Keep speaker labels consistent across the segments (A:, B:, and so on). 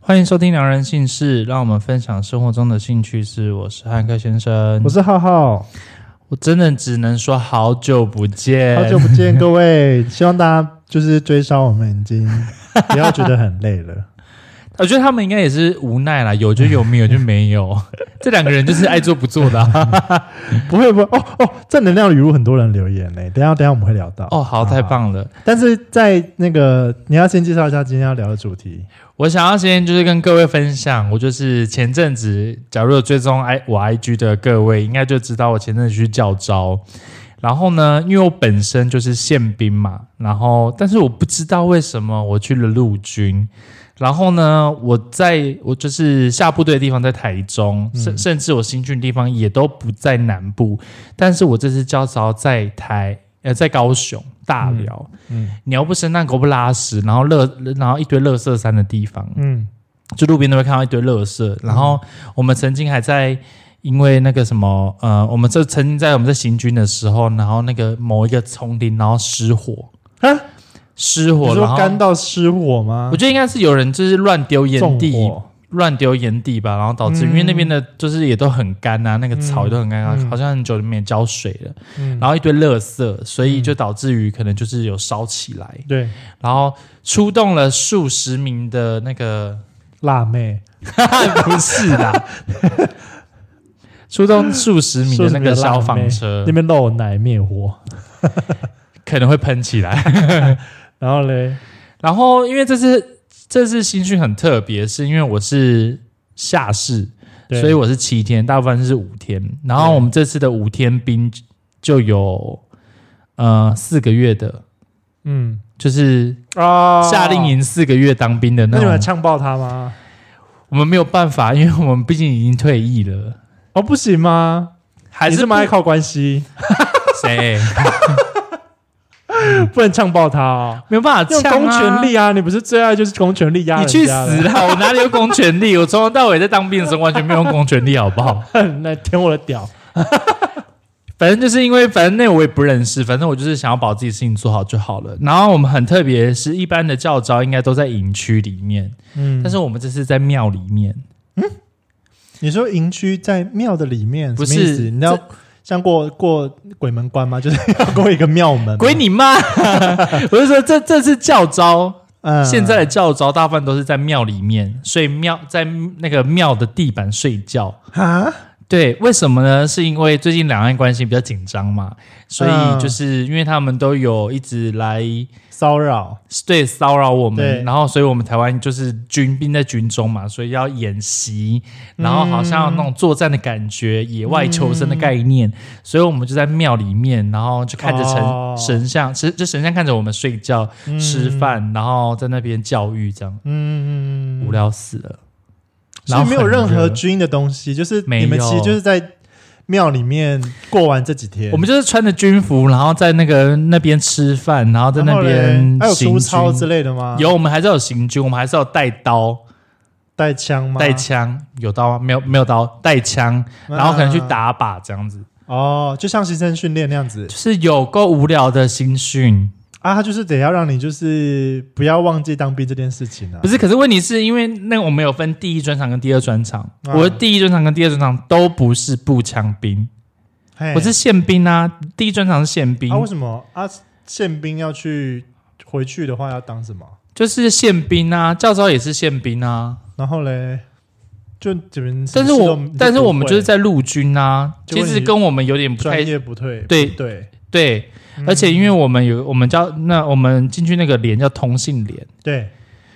A: 欢迎收听《良人姓氏》，让我们分享生活中的兴趣事。我是汉克先生，
B: 我是浩浩，
A: 我真的只能说好久不见，
B: 好久不见各位，希望大家就是追杀我们已经不要觉得很累了。
A: 我觉得他们应该也是无奈啦，有就有，没有就没 有。这两个人就是爱做不做的、啊。
B: 不会不会哦哦，正能量语录很多人留言呢、等一下等一下我们会聊到。
A: 哦，好，太棒了！
B: 但是在那个你要先介绍一下今天要聊的主题，
A: 我想要先就是跟各位分享，我就是前阵子，假如有追踪 i 我 IG 的各位，应该就知道我前阵子去教招。然后呢，因为我本身就是宪兵嘛，然后但是我不知道为什么我去了陆军。然后呢，我在我就是下部队的地方在台中，
B: 嗯
A: 甚、甚至我新训的地方也都不在南部，但是我这次教招在台呃在高雄大寮，
B: 嗯
A: 鸟不生蛋，狗不拉屎，然后乐，然后一堆乐色山的地方，
B: 嗯，
A: 就路边都会看到一堆乐色。然后我们曾经还在因为那个什么，呃，我们这曾经在我们在行军的时候，然后那个某一个丛林，然后失火，
B: 啊，
A: 失
B: 你
A: 火，然
B: 说
A: 后
B: 干到失火吗
A: 我？觉得应该是有人就是乱丢
B: 纵
A: 烟蒂，
B: 火，
A: 乱丢烟蒂吧，然后导致、因为那边的就是也都很干啊，那个草也都很干啊，
B: 嗯
A: 好像很久没有浇水了，
B: 嗯，
A: 然后一堆垃圾，所以就导致于可能就是有烧起来。
B: 对，
A: 然后出动了数十名的那个，
B: 辣妹，
A: 不是 啦，出动数十名的那个消防车
B: 那，边露奶灭火，
A: 可能会喷起来。
B: 然后嘞，
A: 然后因为这次这次新训很特别，是因为我是下士，
B: 对
A: 所以我是七天，大部分是五天。然后我们这次的五天兵就有呃四个月的，
B: 嗯
A: 就是
B: 啊
A: 夏令，哦营四个月当兵的那
B: 那你
A: 种
B: 们。呛爆他吗？
A: 我们没有办法，因为我们毕竟已经退役了。
B: 哦，不行吗？
A: 还
B: 你
A: 是
B: 这么爱靠关系，
A: 谁？
B: 不能呛爆他 哦。
A: 没有办法
B: 用
A: 呛啊
B: 公权，力啊！你不是最爱就是公权力压
A: 你
B: 人
A: 去
B: 家的
A: 死啦！我哪里有公权力？我 从头到尾在当兵的时候完全没有用公权力，好不好？
B: 来舔我的屌。
A: 反正就是因为反正那我也不认识，反正我就是想要把自己事情做好就好了。然后我们很特别，是一般的教招应该都在营区里面，
B: 嗯
A: 但是我们这是在庙里面，
B: 你说营区在庙的里面，
A: 不
B: 什么意
A: 是
B: 思你知道像过过鬼门关吗？就是 要过一个庙门吗。
A: 鬼你妈！ 我是说这这次教招，
B: 嗯
A: 现在的教招大部分都是在庙里面，所以庙在那个庙的地板睡觉。
B: 啊，
A: 对，为什么呢？是因为最近两岸关系比较紧张嘛，所以
B: 嗯
A: 就是因为他们都有一直来
B: 骚扰
A: 对骚扰我们，
B: 对
A: 然后所以我们台湾就是军兵在军中嘛，所以要演习，然后好像有那种作战的感觉、野外求生的概
B: 嗯
A: 念，所以我们就在庙里面，然后就看着神、
B: 哦嗯
A: 神像，神就神像看着我们睡觉、吃，饭，然后在那边教育，这样
B: 嗯嗯嗯嗯
A: 无聊死了。
B: 所
A: 然
B: 以
A: 后
B: 没有
A: 很
B: 任何
A: 热
B: 军的东西，就是
A: 没有
B: 你们其实就是在庙里面过完这几天。
A: 我们就是穿着军服，然后在那个那边吃饭，然后在那边
B: 然后嘞还有
A: 行军
B: 粗糙之类的吗？
A: 有，我们还是有行军，我们还是有带刀、
B: 带枪吗？
A: 带枪，有刀吗？没有，没有刀，带枪，
B: 啊，
A: 然后可能去打靶这样子，
B: 哦，就像新生训练那样子
A: 就是有够无聊的新训。
B: 啊，他就是得要让你就是不要忘记当兵这件事情啊
A: 不。是，可是问题是因为那我们有分第一专场跟第二专场，
B: 啊
A: 我的第一专场跟第二专场都不是步枪兵，
B: 嘿
A: 我是宪兵啊，第一专场是宪兵
B: 哎啊，，为什么啊？宪兵要去回去的话要当什么？
A: 就是宪兵啊，教招也是宪兵啊。
B: 然后嘞，就你们什
A: 但
B: 么
A: 是
B: 事都
A: 我
B: 你都
A: 但是
B: 不
A: 我们
B: 会
A: 就是在陆军啊，
B: 就
A: 其
B: 问
A: 实
B: 你
A: 跟我们有点不太
B: 专业嗯不退，
A: 对
B: 不对
A: 对，而且因为我们有我们叫那我们进去那个连叫通信连，
B: 对，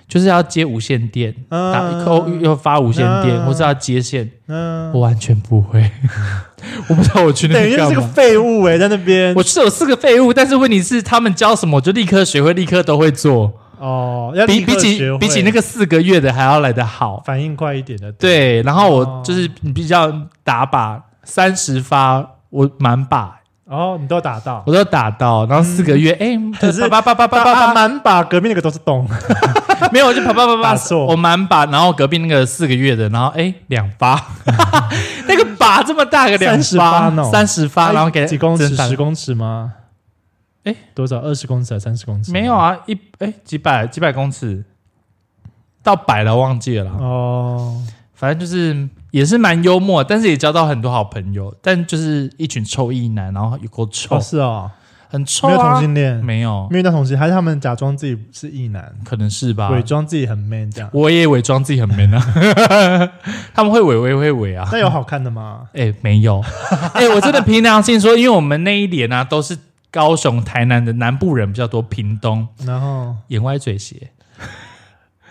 A: 就是要接无线电，打
B: 嗯，
A: 扣又发无线电，
B: 嗯
A: 或是要接线，
B: 嗯，
A: 我完全不 会，我不知道我去那
B: 等于
A: 边
B: 就是
A: 干
B: 个
A: 嘛。
B: 废物哎，在那边
A: 我是有四个废物，但是问题是他们教什么，我就立刻学会，立刻都会做，
B: 哦，要
A: 比
B: 立刻
A: 比起
B: 学会
A: 比起那个四个月的还要来得好。
B: 反应快一点的，，
A: 对，然后我
B: 哦
A: 就是比较打靶，三十发我满靶，
B: 哦，你都打到，
A: 我都打到，然后四个月，哎、
B: 可是
A: 叭叭叭叭叭叭
B: 打满把隔壁那个都是洞，
A: 没有，我就啪啪啪
B: 打
A: 啪，
B: 错
A: 我满把，然后隔壁那个四个月的，然后哎两发，那个把这么大个两
B: 30发呢
A: 三十发，然后给
B: 哎几公尺，
A: 真打
B: 十公尺吗？
A: 哎，
B: 多少？二十公尺还是三十公尺？
A: 没有，啊，一哎几百几百公尺，到百了忘记了啦。
B: 哦，
A: 反正就是也是蛮幽默，但是也交到很多好朋友。但就是一群臭意男，然后有够臭，
B: 哦是哦，
A: 很臭、啊、
B: 没有同性恋，
A: 没有，
B: 没有到同性，还是他们假装自己是异男，
A: 可能是吧。
B: 伪装自己很 man 这样？
A: 我也伪装自己很 man 啊，他们会伪伪会伪啊。
B: 那有好看的吗？
A: 哎、没 有，哎、我真的凭良心说，因为我们那一年啊，都是高雄、台南的南部人比较多，屏东
B: 然后，
A: 眼歪嘴斜，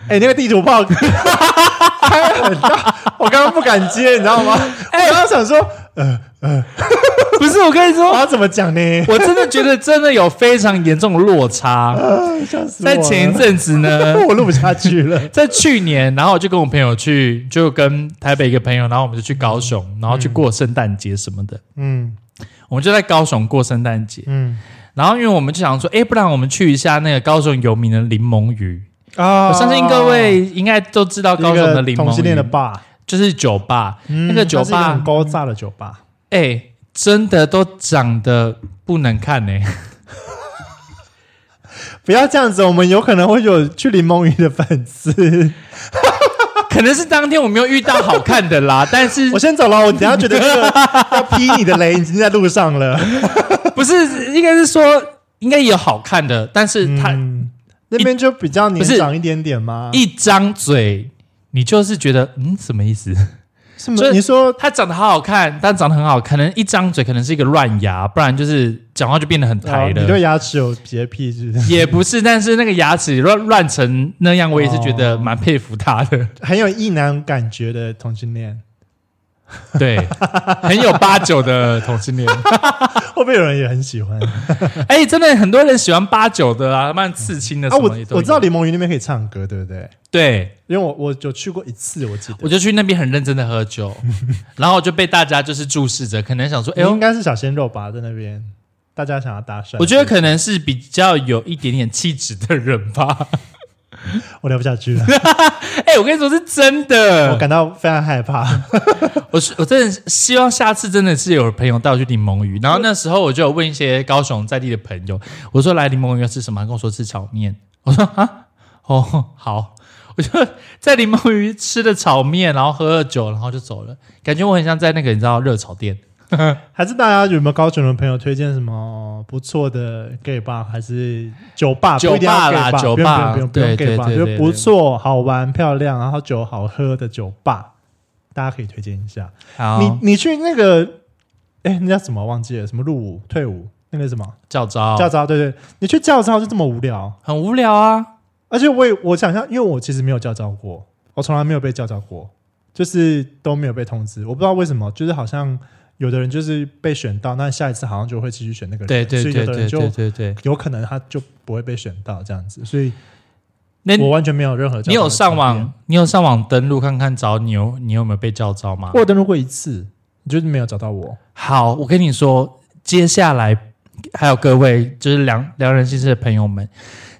B: 哎，那个地图炮开很大，我刚刚不敢接，你知道吗？我刚刚想说，
A: 不是我跟你
B: 我
A: 说。
B: 要怎么讲呢？
A: 我真的觉得真的有非常严重的落 差，
B: 笑死我
A: 在
B: 了！
A: 前一阵子呢，
B: 我录不下去了。
A: 在去年，然后我就跟我朋友去，就跟台北一个朋友，然后我们就去高雄，然后去过圣诞节什么的。
B: 嗯
A: 我们就在高雄过圣诞节，
B: 嗯
A: 然后因为我们就想说，哎，不然我们去一下那个高雄有名的柠檬鱼。
B: 啊
A: 我相信各位应该都知道高雄的柠
B: 同性恋的
A: 檬鱼，
B: 吧，
A: 就是酒吧，
B: 嗯
A: 那个酒吧
B: 它是一很高炸的酒吧，
A: 哎，真的都长得不能看呢、
B: 不要这样子，我们有可能会有去柠檬鱼的粉丝。
A: 可能是当天我没有遇到好看的 啦，但是
B: 我先走了，我等一下觉得这个要劈你的雷已经在路上了。
A: 不是应该是说应该有好看的，但是他
B: 嗯那边就比较年
A: 不是
B: 长一点点吗？
A: 一张嘴，你就是觉得嗯，什么意思？
B: 什么
A: 所？以
B: 你说
A: 他长得好好看，但长得很好，可能一张嘴可能是一个乱牙，不然就是讲话就变得很
B: 哦
A: 抬
B: 你对
A: 了。
B: 牙齿有洁癖是不是？
A: 也不是，但是那个牙齿乱乱成那样，我也是觉得蛮佩服他的。
B: 很有异男感觉的同 性恋，
A: 对， 很有八九的同性恋。
B: 会不会有人也很喜 欢？
A: 哎、真的很多人喜欢八九的啊，蛮刺青的
B: 啊，
A: 什
B: 我
A: 么也都有、
B: 我知道柠檬鱼那边可以唱歌，对不对？
A: 对，
B: 因为我我有去过一次，我记得
A: 我就去那边很认真的喝 酒，然后我就被大家就是注视着，可能想说，哎
B: 你
A: 呦
B: 应，该是小鲜肉吧，在那边大家想要搭讪，
A: 我觉得可能是比较有一点点气质的人吧。
B: 我聊不下去了，
A: 哎、我跟你说是真
B: 我
A: 的，
B: 感到非常害怕。
A: 我是我真的希望下次真的是有朋友带我去柠檬鱼。然后那时候我就有问一些高雄在地的朋友，我说来柠檬鱼要吃什么？他跟我说吃炒面。我说啊， 哦好，我就在柠檬鱼吃了炒面，然后喝了酒，然后就走了。感觉我很像在那个你知道热炒店。
B: 还是大家有没有高雄的朋友推荐什么哦不错的 gay bar 还是酒吧？
A: 酒吧
B: 不一定要 gay
A: 啦
B: bar，
A: 酒
B: 不用
A: 吧
B: 不用不用不
A: 对
B: 用 gay
A: 对
B: bar，
A: 对
B: 就
A: 对
B: 不错、好玩、漂亮，然后酒好喝的酒吧，大家可以推荐一下。
A: 好，
B: 你你去那个，哎，那叫什么忘记了？什么入伍、退伍，那个什么
A: 教招
B: 教招？对对，你去教招就这么无聊，
A: 很无聊啊。
B: 而且我也我想象，因为我其实没有叫招过，我从来没有被叫招过，就是都没有被通知。我不知道为什么，就是好像有的人就是被选到，那下一次好像就会继续选那个人，
A: 对对
B: 所以有
A: 对
B: 的
A: 对
B: 人
A: 对
B: 就
A: 对对。
B: 有可能他就不会被选到这样子，所以
A: 那
B: 我完全没有任何。
A: 你有上？网，你有上网登录看看找你有你有没有被叫招吗
B: 我？有登录过一次，你就是没有找到我。
A: 好，我跟你说，接下来还有各位就是良良人心事的朋友们，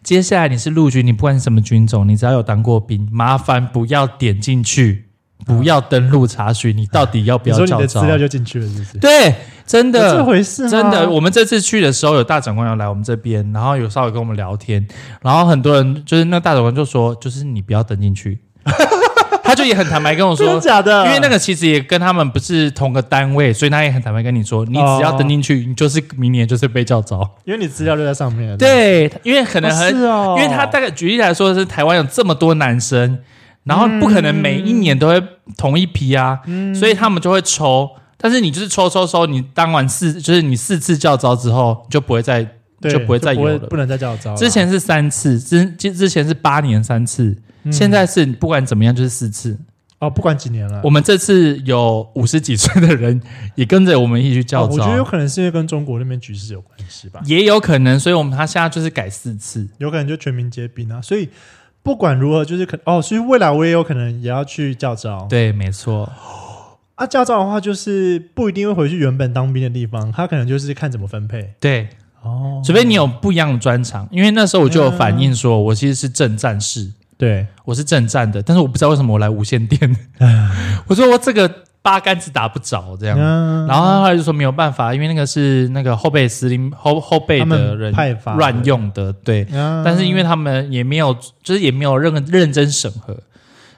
A: 接下来你是陆军，你不管是什么军种，你只要有当过兵，麻烦不要点进去，不要登录查询你到底要不
B: 你
A: 要
B: 说你
A: 叫
B: 的
A: 招
B: 资。料就进去了，是不是？
A: 对，真
B: 有这
A: 的。
B: 回事吗？啊
A: 真的，我们这次去的时候，有大长官要来我们这边，然后有稍微跟我们聊天，然后很多人就是那大长官就说，就是你不要登进去， 他就也很坦白跟我
B: 真的
A: 说，
B: 假的？
A: 因为那个其实也跟他们不是同个单位，所以他也很坦白跟你说，你只要登进去，你就是明年就是被叫招。
B: 因为你资料就在上面了。
A: 对，因为可
B: 哦，
A: 能很，
B: 是哦，
A: 因为他大概举例来说是台湾有这么多男生，然后不可能每一年都会同一批啊，
B: 嗯
A: 所以他们就会抽。但是你就是抽抽抽，你当完四就是你四次叫招之后，你就不会再
B: 对
A: 就不会再有了
B: 不能再叫招了。
A: 之前是三次，之之之前是八年三次，
B: 嗯
A: 现在是不管怎么样就是四次。
B: 哦，不管几年了，
A: 我们这次有五十几岁的人也跟着我们一起去叫
B: 哦我觉得有
A: 招，
B: 可能是因为跟中国那边局势有关系吧，
A: 也有可能，所以我们他现在就是改四次。
B: 有可能就全民皆兵啊。所以不管如何，就是可哦，所以未来我也有可能也要去教招。
A: 对，没错，
B: 啊，教招的话就是不一定会回去原本当兵的地方，他可能就是看怎么分配
A: 对，
B: 哦。
A: 除非你有不一样的专长，因为那时候我就有反映说，我其实是正战士，
B: 对，
A: 我是正战的，但是我不知道为什么我来无线电，我说我这个八竿子打不着这样。
B: 嗯
A: 然后他就说没有办法，因为那个是那个后备司令后后备
B: 他
A: 的
B: 们
A: 人
B: 派发
A: 乱，用的，对。
B: 嗯
A: 但是因为他们也没有，就是也没有认认真审核，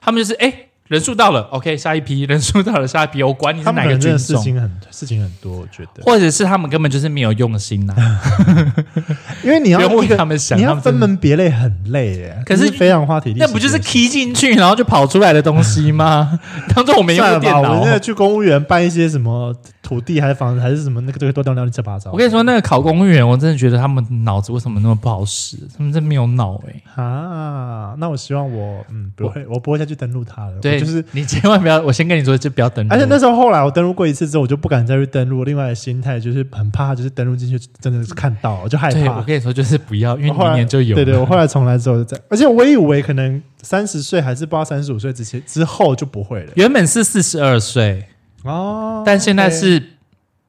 A: 他们就是哎、诶人数到了，OK，下一批 人数到了，下一批，我管你是
B: 他们
A: 哪
B: 可
A: 个
B: 能真
A: 军
B: 的事
A: 种，
B: 情很事情很多，我觉得，
A: 或者是他们根本就是没有用心呐、
B: 因为你
A: 不
B: 要
A: 用
B: 一
A: 为
B: 个
A: 他们想，
B: 你
A: 他
B: 要
A: 们
B: 分
A: 真的
B: 门别类很累耶，
A: 可是
B: 这非常花体力时间的事，
A: 那不就是 key 进去，然后就跑出来的东西吗？ 当做我没用过
B: 算了
A: 电
B: 吧，
A: 脑
B: 我们那。个去公务员办一些什么土地还是房子还是什么那个这个都乱七八糟。
A: 我跟你说，那个考公务员，我真的觉得他们脑子为什么那么不好使？他们真没有脑哎、
B: 啊，那我希望我嗯不会，我不会再去登录它了。
A: 对，嗯
B: 我就是，
A: 你千万不要，我先跟你说，就不要登录。
B: 而且那时候后来我登录过一次之后，我就不敢再去登录。另外的心态就是很怕，就是登录进去真的是看到，我就害
A: 对
B: 怕
A: 我。跟你说，就是不要，因为
B: 我后来
A: 明年就有了。
B: 对对，我后来从来之后就在，而且我以为可能三十岁还是不知道三十五岁之前之后就不会了
A: 原本是四十二岁，
B: 哦。
A: 但现在
B: OK
A: 是，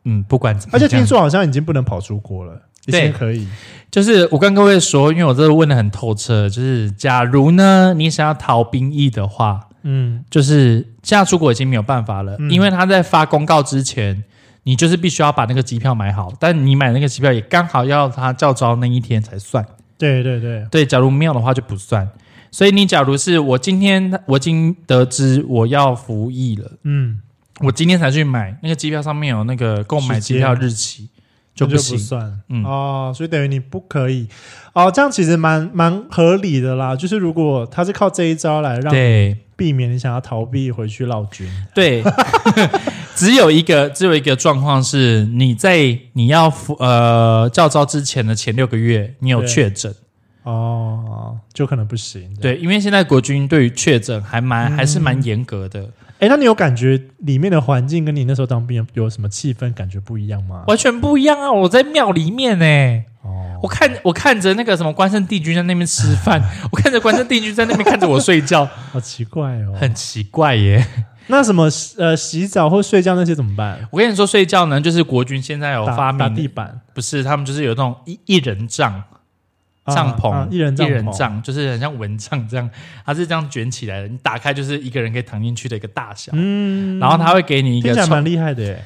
A: 嗯，不管怎么
B: 而
A: 样，
B: 且听说好像已经不能跑出国了，以
A: 对
B: 前可以。
A: 就是我跟各位说，因为我这个问的很透彻，就是假如呢，你想要逃兵役的话，
B: 嗯，
A: 就是现在出国已经没有办法了，
B: 嗯
A: 因为他在发公告之前，你就是必须要把那个机票买好，但你买那个机票也刚好要他叫招那一天才算。
B: 对对对，
A: 对，假如没有的话就不算。所以你假如是我今天我已经得知我要服役了，
B: 嗯，
A: 我今天才去买那个机票上面有那个购买机票日期就
B: 就
A: 不
B: 不
A: 行。
B: 算。
A: 嗯
B: 哦，所以等于你不可以。哦，这样其实蛮蛮合理的啦。就是如果他是靠这一招来让
A: 对
B: 避免你想要逃避回去绕军，
A: 对， 只有一个只有一个状况是你在你要服呃教招之前的前六个月你有
B: 对
A: 确诊。
B: 哦，就可能不行。，
A: 对，因为现在国军对于确诊还
B: 嗯
A: 蛮、还是蛮严格的，
B: 哎，那你有感觉里面的环境跟你那时候当兵有有什么气氛感觉不一样吗？
A: 完全不一样啊！我在庙里面呢、
B: 哦，
A: 我看我看着那个什么关圣帝君在那边吃饭， 我看着关圣帝君在那边看着我睡 觉，
B: 好奇怪哦。
A: 很奇怪耶。
B: 那什么呃，洗澡或睡觉那些怎么办？
A: 我跟你说，睡觉呢，就是国军现在有
B: 打
A: 发
B: 打地
A: 明，
B: 板、
A: 不是他们就是有那种一一人帐
B: 啊
A: 帐篷，
B: 啊一人帐
A: 一人
B: 篷
A: 帐，就是很像蚊帐这样，它是这样卷起来的，你打开就是一个人可以躺进去的一个大小，
B: 嗯，
A: 然后它会给你一
B: 听
A: 个
B: 起来
A: 冲
B: 蛮厉害的耶，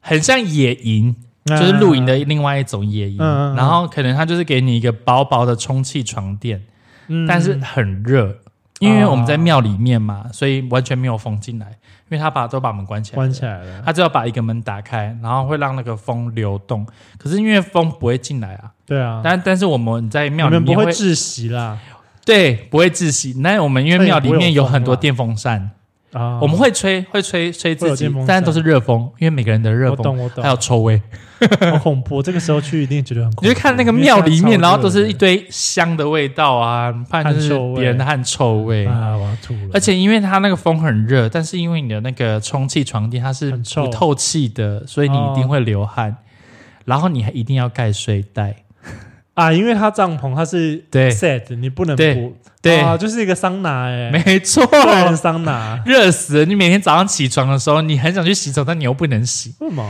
A: 很像野营，就是露营的另外一种野营，
B: 嗯嗯嗯
A: 然后可能它就是给你一个薄薄的充气床垫，
B: 嗯，
A: 但是很热，因为我们在庙里面嘛，所以完全没有风进来，因为它把都把门关起来，
B: 啊关起，来了。
A: 它只要把一个门打开，然后会让那个风流动，可是因为风不会进来啊，
B: 对啊，
A: 但但是我们在
B: 你
A: 庙里
B: 们不
A: 面
B: 会窒息啦
A: 对不会窒息，那我们因为
B: 那也
A: 庙
B: 不
A: 里
B: 会有
A: 面有很
B: 风
A: 多
B: 啊
A: 电风扇，
B: 啊！
A: 我们会吹会吹吹
B: 会
A: 自
B: 有
A: 己
B: 电风，
A: 但都是热风，因为每个人的热
B: 我
A: 风
B: 懂我
A: 还
B: 懂，
A: 有臭味。
B: 好恐怖！这个时候去一定觉得很恐怖。
A: 你就看那个庙里面，
B: 因为现在
A: 然
B: 超
A: 后都
B: 热
A: 是
B: 的
A: 一堆香的味道啊，怕就是别人的汗臭味。
B: 啊，我要吐了。
A: 而且因为它那个风很热，但是因为你的那个充气床垫它是
B: 很臭哦
A: 不透气的，所以你一定会流汗。然后你还一定要盖睡袋，
B: 啊，因为它帐篷它是
A: 对
B: set，你不能
A: 对
B: 补，
A: 对，
B: 啊，就是一个桑拿哎，
A: 没 错，
B: 个人桑拿。
A: 热死了！你每天早上起床的时候，你很想去洗手，但你又不能洗，
B: 为什么？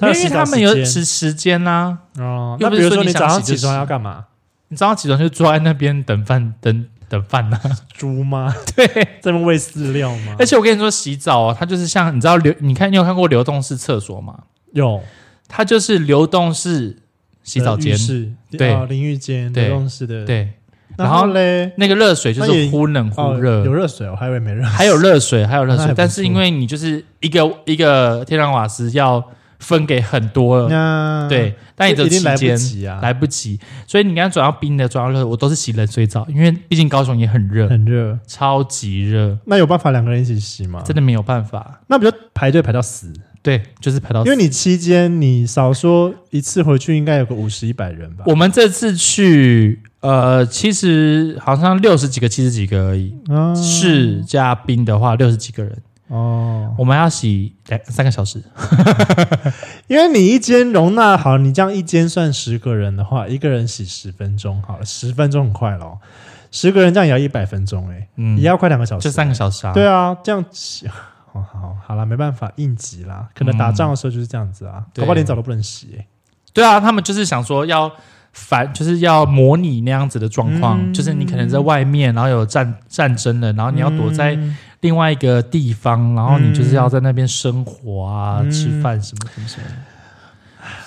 A: 因
B: 有
A: 为
B: 洗澡
A: 他们有
B: 时间
A: 时时间啦、
B: 哦。
A: 又
B: 那
A: 不
B: 比
A: 是
B: 如
A: 说
B: 说
A: 你
B: 你早
A: 想
B: 上
A: 洗就
B: 起床
A: 洗
B: 要干嘛？
A: 你早上起床就坐在那边等饭等等饭呐、
B: 猪吗？
A: 对。
B: 在那边喂饲料吗
A: 而？且我跟你说，洗澡哦，它就是像你知道流，你看你有看过流动式厕所吗？
B: 有
A: 它就是流动式洗澡
B: 呃浴
A: 间，
B: 室
A: 对
B: 哦淋浴间、
A: 对
B: 流动式的。，
A: 对，
B: 然
A: 然后
B: 后嘞，
A: 那个热水就
B: 那也
A: 是忽冷忽
B: 哦，
A: 热，
B: 有热水哦，我还以为没热水，
A: 还有热水，还有热
B: 那还
A: 水
B: 不，错
A: 但是因为你就是一个一个天然瓦斯要分给很多了，
B: 那
A: 对，但你
B: 嗯这
A: 这
B: 一定来
A: 期间
B: 不及啊，
A: 来不及，所以你刚刚转到冰的，转到热的，我都是洗冷水澡，因为毕竟高雄也很热，
B: 很热。
A: 超级热，
B: 那有办法两个人一起洗吗？
A: 真的没有办法，
B: 那不就排队排到死？
A: 啊对，就是排到
B: 因为你期间你少说一次回去应该有个五十一百人吧？
A: 我们这次去，呃，其实好像六十几个、七十几个而已。
B: 啊
A: 是嘉宾的话，六十几个人，
B: 哦，
A: 我们要洗两三个小时。
B: 因为你一间容纳好，你这样一间算十个人的话，一个人洗十分钟好了，十分钟很快咯。十个人这样也要一百分钟哎、
A: 嗯，
B: 也要快两个小时。
A: 就三个小时啊。
B: 对啊，这样洗。 哦、好，好啦，没办法，应急啦。可能打仗的时候就是这样子啊，
A: 嗯对
B: 搞不好连澡都不能洗、欸。
A: 对啊，他们就是想说要反，就是要模拟那样子的状况，
B: 嗯
A: 就是你可能在外面，然后有战战争了，然后你要躲在
B: 嗯
A: 另外一个地方，然后你就是要在那边生活啊、
B: 嗯
A: 吃饭什么什么什么的。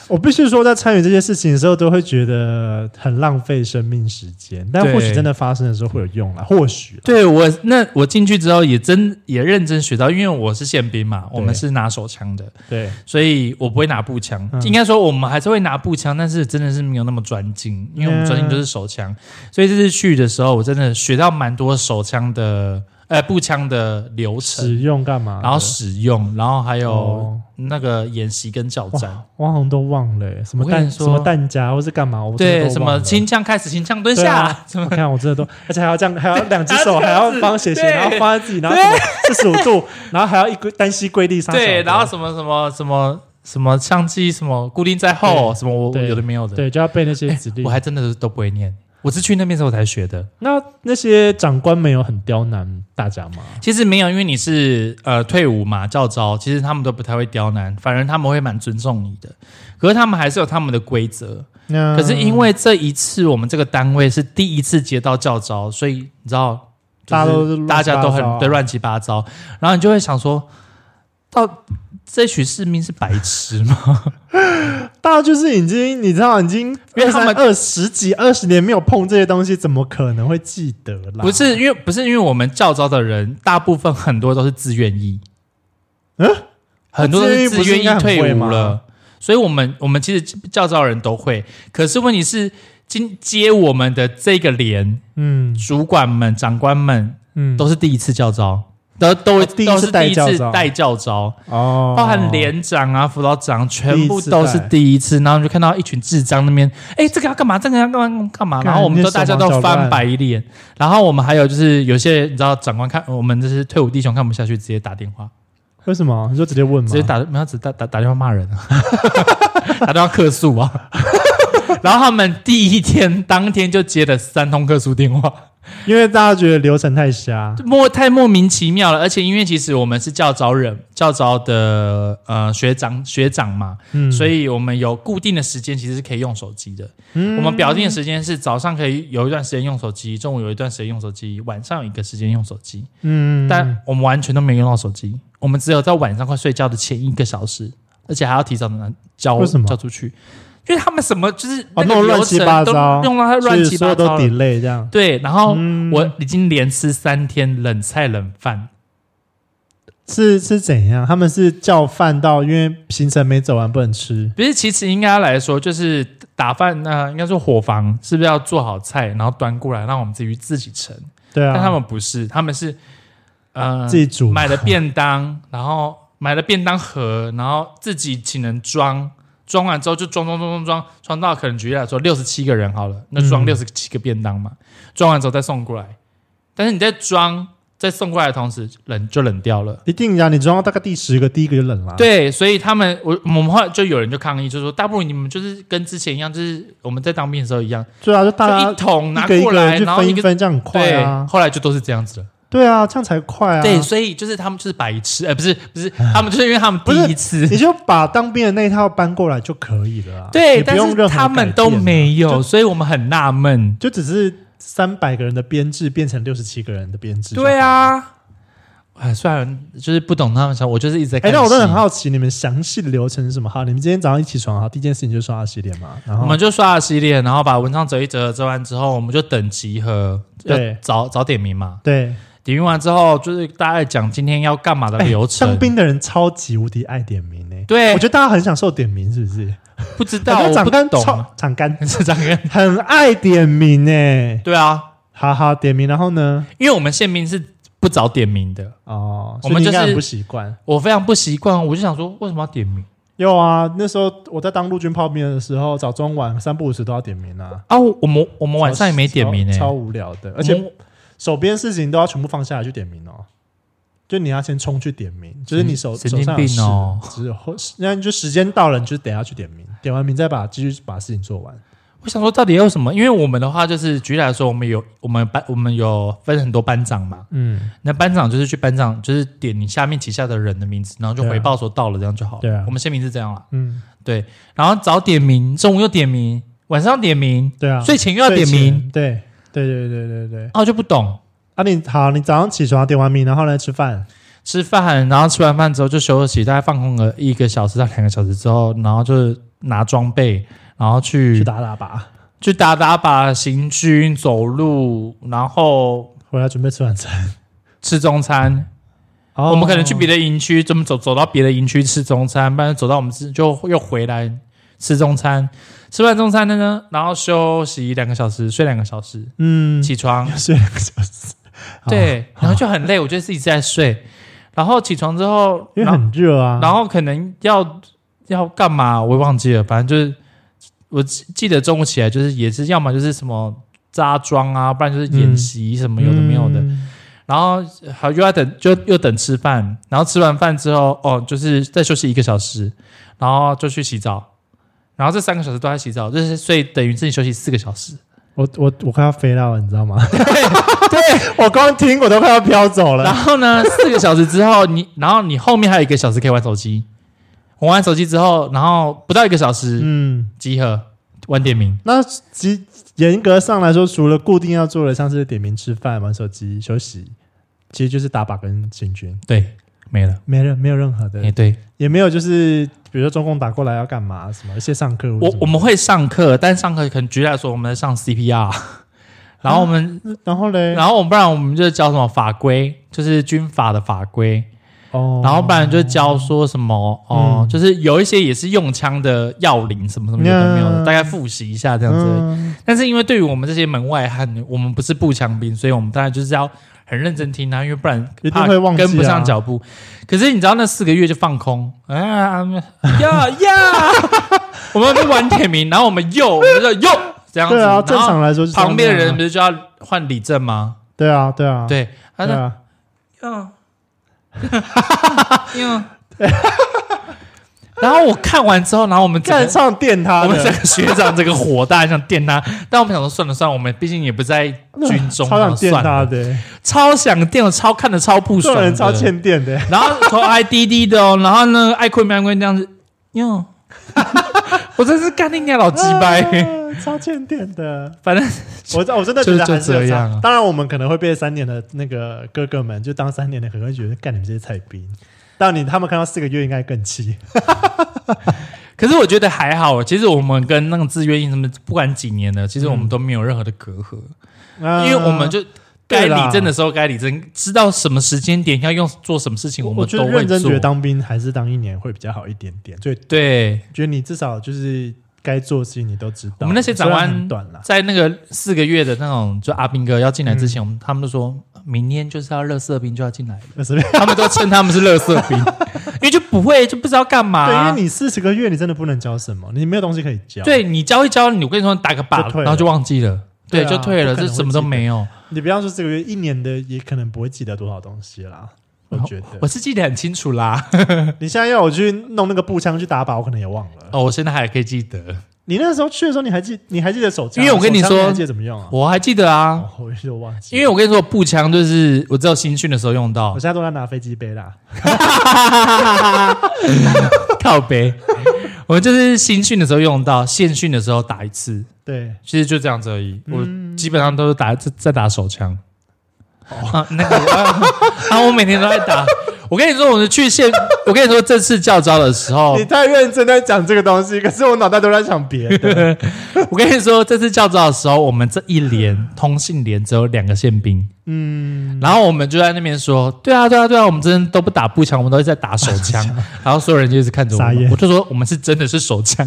B: 我必须说，在参与这些事情的时候，都会觉得很浪费生命时间。但
A: 对
B: 或许真的发生的时候会有用啦，或许啦
A: 对我，那我进去之后也真也认真学到，因为我是宪兵嘛，我们是拿手枪的，
B: 对，
A: 所以我不会拿步枪。
B: 嗯
A: 应该说我们还是会拿步枪，但是真的是没有那么专精，因为我们专精就是手枪。
B: 嗯
A: 所以这次去的时候，我真的学到蛮多手枪的，呃，步枪的流程，
B: 使用干嘛的？
A: 然后使用，然后还有
B: 哦
A: 那个演习跟教战。
B: 我好像都忘了、欸什么
A: 我跟
B: 弹
A: 你
B: 什
A: 说
B: 么弹夹或是干嘛，我真的
A: 对，
B: 都
A: 什
B: 忘
A: 么
B: 了
A: 轻枪开始，轻枪蹲
B: 啊对
A: 下，
B: 啊
A: 什么
B: 我看我真的都，而且还要这样，还要两只 手，
A: 还
B: 还
A: 要
B: 要
A: 这样子
B: 帮斜斜，
A: 对
B: 然后放在自己，然后什么四十五度，然后还要一跪单膝跪地杀手的。
A: 对，然后什么什么什么什么相机什么固定在后，什么我我
B: 对
A: 有的没有的，
B: 对就要背那些指令
A: 哎我。还真的都不会念。我是去那边之后才学的，
B: 那那些长官没有很刁难大家吗？
A: 其实没有，因为你是呃退伍嘛，教招，其实他们都不太会刁难，反而他们会蛮尊重你的。可是他们还是有他们的规则。
B: 那
A: 可是因为这一次我们这个单位是第一次接到教招，所以你知道，就是
B: 大家都是乱
A: 大家都很
B: 七八糟啊
A: 对乱七八糟，然后你就会想说，到这群士兵是白痴吗？
B: 大家就是已经你知道已经
A: 因为
B: 二
A: 他
B: 三
A: 们
B: 二十几二十年没有碰这些东西，怎么可能会记得啦？
A: 不是因为不是因为我们教招的人，大部分很多都是自愿意，
B: 嗯，啊
A: 很多都是自
B: 自
A: 愿意
B: 愿意不是应该
A: 退
B: 很
A: 伍
B: 会吗
A: 了，所以我们我们其实教招人都会，可是问题是今接我们的这个连
B: 嗯
A: 主管们、长官们
B: 嗯
A: 都是第一次教招。都都
B: 哦第一次
A: 都是
B: 带
A: 第一
B: 教
A: 次
B: 招
A: 带教招，
B: 哦
A: 包含连长啊、辅导长，全部
B: 第一次
A: 都是
B: 带
A: 第一次。然后你就看到一群智障那边，哎，这个要干嘛？这个要干嘛？干嘛？
B: 干
A: 然后我们
B: 那
A: 都
B: 手
A: 大家
B: 忙
A: 都
B: 脚
A: 翻
B: 乱
A: 白脸。然后我们还有就是有些你知道，长官看我们这些退伍弟兄看不下去，直接打电话，
B: 为什么？你就直接问吗？
A: 直接打没有只打打打电话骂人啊， 打电话客诉啊。 然后他们第一天当天就接了三通客诉电话。
B: 因为大家觉得流程太瞎，
A: 莫太莫名其妙了，而且因为其实我们是教招人教招的呃学长学长嘛，
B: 嗯，
A: 所
B: 以
A: 以我们有固定的时间，其实是可以用手机的。
B: 我
A: 我们表定的时间是早上可以有一段时间用手机，中午有一段时间用手机，晚上有一个时间用手机。
B: 嗯，
A: 但我们完全都没有用到手机，我们只有在晚上快睡觉的前一个小时，而且还要提早的交
B: 为什么
A: 交出去，因为他们什么就是那个
B: 哦弄得乱
A: 流程
B: 七八
A: 都
B: 糟
A: 弄到他
B: 所
A: 乱
B: 以
A: 七
B: 所
A: 八
B: 有都
A: 糟了。
B: delay 这样。
A: 对，然后
B: 嗯
A: 我已经连吃三天冷菜冷饭，
B: 是是怎样？他们是叫饭到，因为行程没走完不能吃。
A: 不是，其实应该来说，就是打饭那、呃应该说伙房是不是要做好菜，然后端过来让我们自己自己盛？
B: 对啊，
A: 但他们不是，他们是呃
B: 自己煮
A: 买了便当，然后买了便当盒，然后自己请人装，装完之后就装装装装装，装到可能举例来说六十七个人好了，那装
B: 嗯
A: 六十七个便当嘛，装完之后再送过来。但是你在装在送过来的同时，冷就冷掉了。
B: 一定啊呀、你装到大概第十个，第一个就冷了。，
A: 对，所以他们我我们后来就有人就抗议，就说大不如你们就是跟之前一样，就是我们在当兵的时候一样，
B: 对啊，就大
A: 就
B: 家
A: 一桶拿
B: 个一
A: 过
B: 个
A: 来，
B: 人去
A: 然后
B: 分
A: 一
B: 一
A: 个
B: 分，这样很快
A: 对
B: 啊，。
A: 后来就都是这样子了。
B: 对啊，这样才快啊。
A: 对，所以就是他们就是白痴，呃，不是不 是，他们就是因为他们第一次，
B: 你就把当兵的那一套搬过来就可以了、啊。
A: 对，
B: 你不
A: 但
B: 用
A: 是
B: 任何
A: 他们
B: 改变
A: 都没有，
B: 就
A: 所以我们很纳闷。
B: 就只是三百个人的编制变成六十七个人的编制。
A: 对，啊，哎，虽然就是不懂他们想，我就是一直在
B: 哎、
A: 看戏。
B: 那我真的很好奇，你们详细的流程是什么？好，你们今天早上一起床，好，第一件事情就是刷牙洗脸嘛。然
A: 我
B: 后
A: 们就刷了洗脸，然后把文章折一折，折完之后，我们就等集合，要
B: 对
A: 早早点名嘛。
B: 对，
A: 点名完之后，就是大概讲今天要干嘛的
B: 哎
A: 流程。
B: 当兵的人超级无敌爱点名呢、
A: 对
B: 我觉得大家很享受点名，是不是？
A: 不知道，
B: 我觉得
A: 我
B: 长
A: 不
B: 官
A: 懂啊
B: 超，长官
A: 是这样。
B: 很爱点名呢、
A: 对啊，
B: 好好点名，然后呢？
A: 因为我们宪兵是不早点名的，
B: 哦，
A: 我们
B: 所以你应
A: 就
B: 该
A: 是
B: 很不习惯。
A: 我非常不习惯。我就想说，为什么要点名
B: 有啊，那时候我在当陆军炮兵的时候，早中晚三不五时都要点名啊。
A: 啊？我我们我们晚上也没点名呢、欸嗯
B: 超超无聊的，而
A: 我
B: 且
A: 们
B: 手边事情都要全部放下来去点名哦。就你要先冲去点名，就是你手
A: 神
B: 手上
A: 神
B: 有
A: 经病哦
B: 事只有后那你就时间到了，你就等下去点名，点完名再把继续把事情做完。
A: 我想说，到底有什么？因为我们的话就是，举例来说，我们有我们班我们有分很多班长嘛，
B: 嗯，
A: 那班长就是去班长就是点你下面旗下的人的名字，然后就
B: 对啊
A: 回报说到了，这样就好了。
B: 对啊
A: 我们宪兵是这样啦。
B: 嗯，
A: 对，然后早点名，中午又点名，晚上点名，
B: 对啊，
A: 睡前又要点
B: 睡前
A: 名，，哦
B: 对对对对对对，
A: 然后就不懂。
B: 啊你，好，你早上起床点完名，然后呢吃饭，
A: 吃饭，然后吃完饭之后就休息，大概放空了一个小时到两个小时之后，然后就拿装备，然后去
B: 去打打靶，
A: 去打打靶、行军、走路，然后
B: 回来准备吃晚餐。
A: 吃中餐。
B: 哦
A: 我们可能去别的营区，怎么走走到别的营区吃中餐，不然走到我们自就又回来吃中餐。吃完中餐了呢，然后休息两个小时，睡两个小时，
B: 嗯，
A: 起床
B: 睡两个小时，哦好，
A: 对，然后就很累，我觉得自己在睡。然后起床之后，
B: 因为
A: 然后
B: 很热啊。
A: 然后可能要要干嘛，我也忘记了，反正就是我记记得中午起来就是也是要么就是什么扎妆啊，不然就是演习什么有的没有的，
B: 嗯
A: 然后好又要等就又等吃饭，然后吃完饭之后哦就是再休息一个小时，然后就去洗澡。然后这三个小时都在洗澡，就是所以等于自己休息四个小时。
B: 我我我快要飞到了，你知道吗？ 对， 我光听我都快要飘走
A: 然
B: 了。
A: 后呢，四个小时之后你，然后你后面还有一个小时可以玩手机。我玩手机之后，然后不到一个小时，
B: 嗯，
A: 集合玩点名，
B: 那其严格上来说，除了固定要做的，像是点名、吃饭、玩手机、休息，其实就是打靶跟行军，
A: 对，没了。
B: 没任没有任何的
A: 也对
B: 也没有就是比如说中共打过来要干嘛什么，一些上课或
A: 我
B: 者什么
A: 我们会上课，但上课可能举例来说，我们在上 CPR，然后我们，
B: 然后嘞，
A: 然后我们不然我们就教什么法规，就是军法的法规，
B: 哦，
A: 然后不然就教说什么哦、
B: 嗯
A: 就是有一些也是用枪的要领什么什么有的没有的，
B: 嗯
A: 大概复习一下这样子。
B: 嗯
A: 但是因为对于我们这些门外汉，我们不是步枪兵，所以我们当然就是要很认真听他，啊因为不然
B: 一定
A: 怕
B: 会忘记啊
A: 跟不上脚步。可是你知道那四个月就放空，啊呀呀， 我们就玩点名，然后我们又我们就又这样子，
B: 对啊，正
A: 然后
B: 常来说是这样啊
A: 旁边的人不是就要换理政吗？
B: 对啊，对啊，
A: 对，他
B: 对
A: 说
B: 啊，
A: 嗯， 嗯，然后我看完之后，然后我们整个
B: 干上电他
A: 我们这
B: 的，
A: 个学长这个火大，想电他，但我们想说算了算了，我们毕竟也不在 军中，啊
B: 超想电
A: 算
B: 他
A: 了，
B: 的，
A: 超想电，我超看的超不
B: 这
A: 爽的，
B: 种人超欠电的，
A: 然后头还低低的哦，然后呢爱困没爱困这样子，哟， 我真是干你娘老鸡 掰，
B: 啊超欠电 的。
A: 反正
B: 我我真的觉得
A: 就
B: 还是有
A: 就这样
B: 差
A: 啊
B: 当然，我们可能会被三年的那个哥哥们，就当三年的，可能会觉得干你们这些菜逼。但你他们看到四个月应该更气。
A: 可是我觉得还好，其实我们跟那个自愿役什么，不管几年了，其实
B: 嗯
A: 我们都没有任何的隔阂，
B: 因
A: 因
B: 啊
A: 为我们就。该
B: 嗯对啦
A: 理政的时候该理政，知道什么时间点要用做什么事情，
B: 我
A: 们
B: 觉
A: 都
B: 得
A: 会
B: 认真
A: 做
B: 觉。得当兵还是当一年会比较好一点点，最
A: 对，
B: 觉得你至少就是该做的事情你都知道。
A: 我们那些长
B: 虽然
A: 官
B: 很短了，
A: 在那个四个月的那种，就阿兵哥要进来之前，
B: 嗯
A: 我们他们就说明天就是要乐色兵就要进来了，
B: 那随便。
A: 他们都称他们是乐色 兵，因为就不会就不知道干嘛、
B: 对，因为你四十个月你真的不能教什么，你没有东西可以教。，
A: 对你教一教，你我跟你说你打个
B: 就
A: 靶，
B: 退了
A: 然后就忘记了，对，
B: 对啊
A: 就退了，
B: 不
A: 这
B: 可能
A: 什么都没有。
B: 你不要说四个月，一年的也可能不会记得多少东西啦。我觉得
A: 我是记得很清楚啦，
B: 你现在要我去弄那个步枪去打靶，我可能也忘了。
A: 哦，我现在还可以记得，
B: 你那时候去的时候，你还记你还记得手枪？
A: 因为我跟你说
B: 手枪还记得怎么用啊？
A: 我还记得啊，
B: 哦，我又忘记，
A: 因为我跟你说步枪就是我只有新训的时候用到
B: 我，现在都在拿飞机杯啦。
A: 靠背，我就是新训的时候用到，现训的时候打一次，
B: 对，
A: 其实就这样子而已。
B: 嗯
A: 我基本上都是打在在打手枪。
B: 哦
A: 啊，那个啊，啊我每天都在打。我跟你说，我是去 现，我跟你说，这次教招的时候
B: 你，太认真在讲这个东西，可是我脑袋都在想别 的。
A: 我跟你说，这次教招的时候，我们这一连通信连只有两个宪兵，
B: 嗯，
A: 然后我们就在那边说，对啊，对啊，对啊，我们真的都不打步枪，我们都是在打手 枪。然后所有人就一直看着我
B: 傻眼
A: 们，我就说我们是真的是手 枪，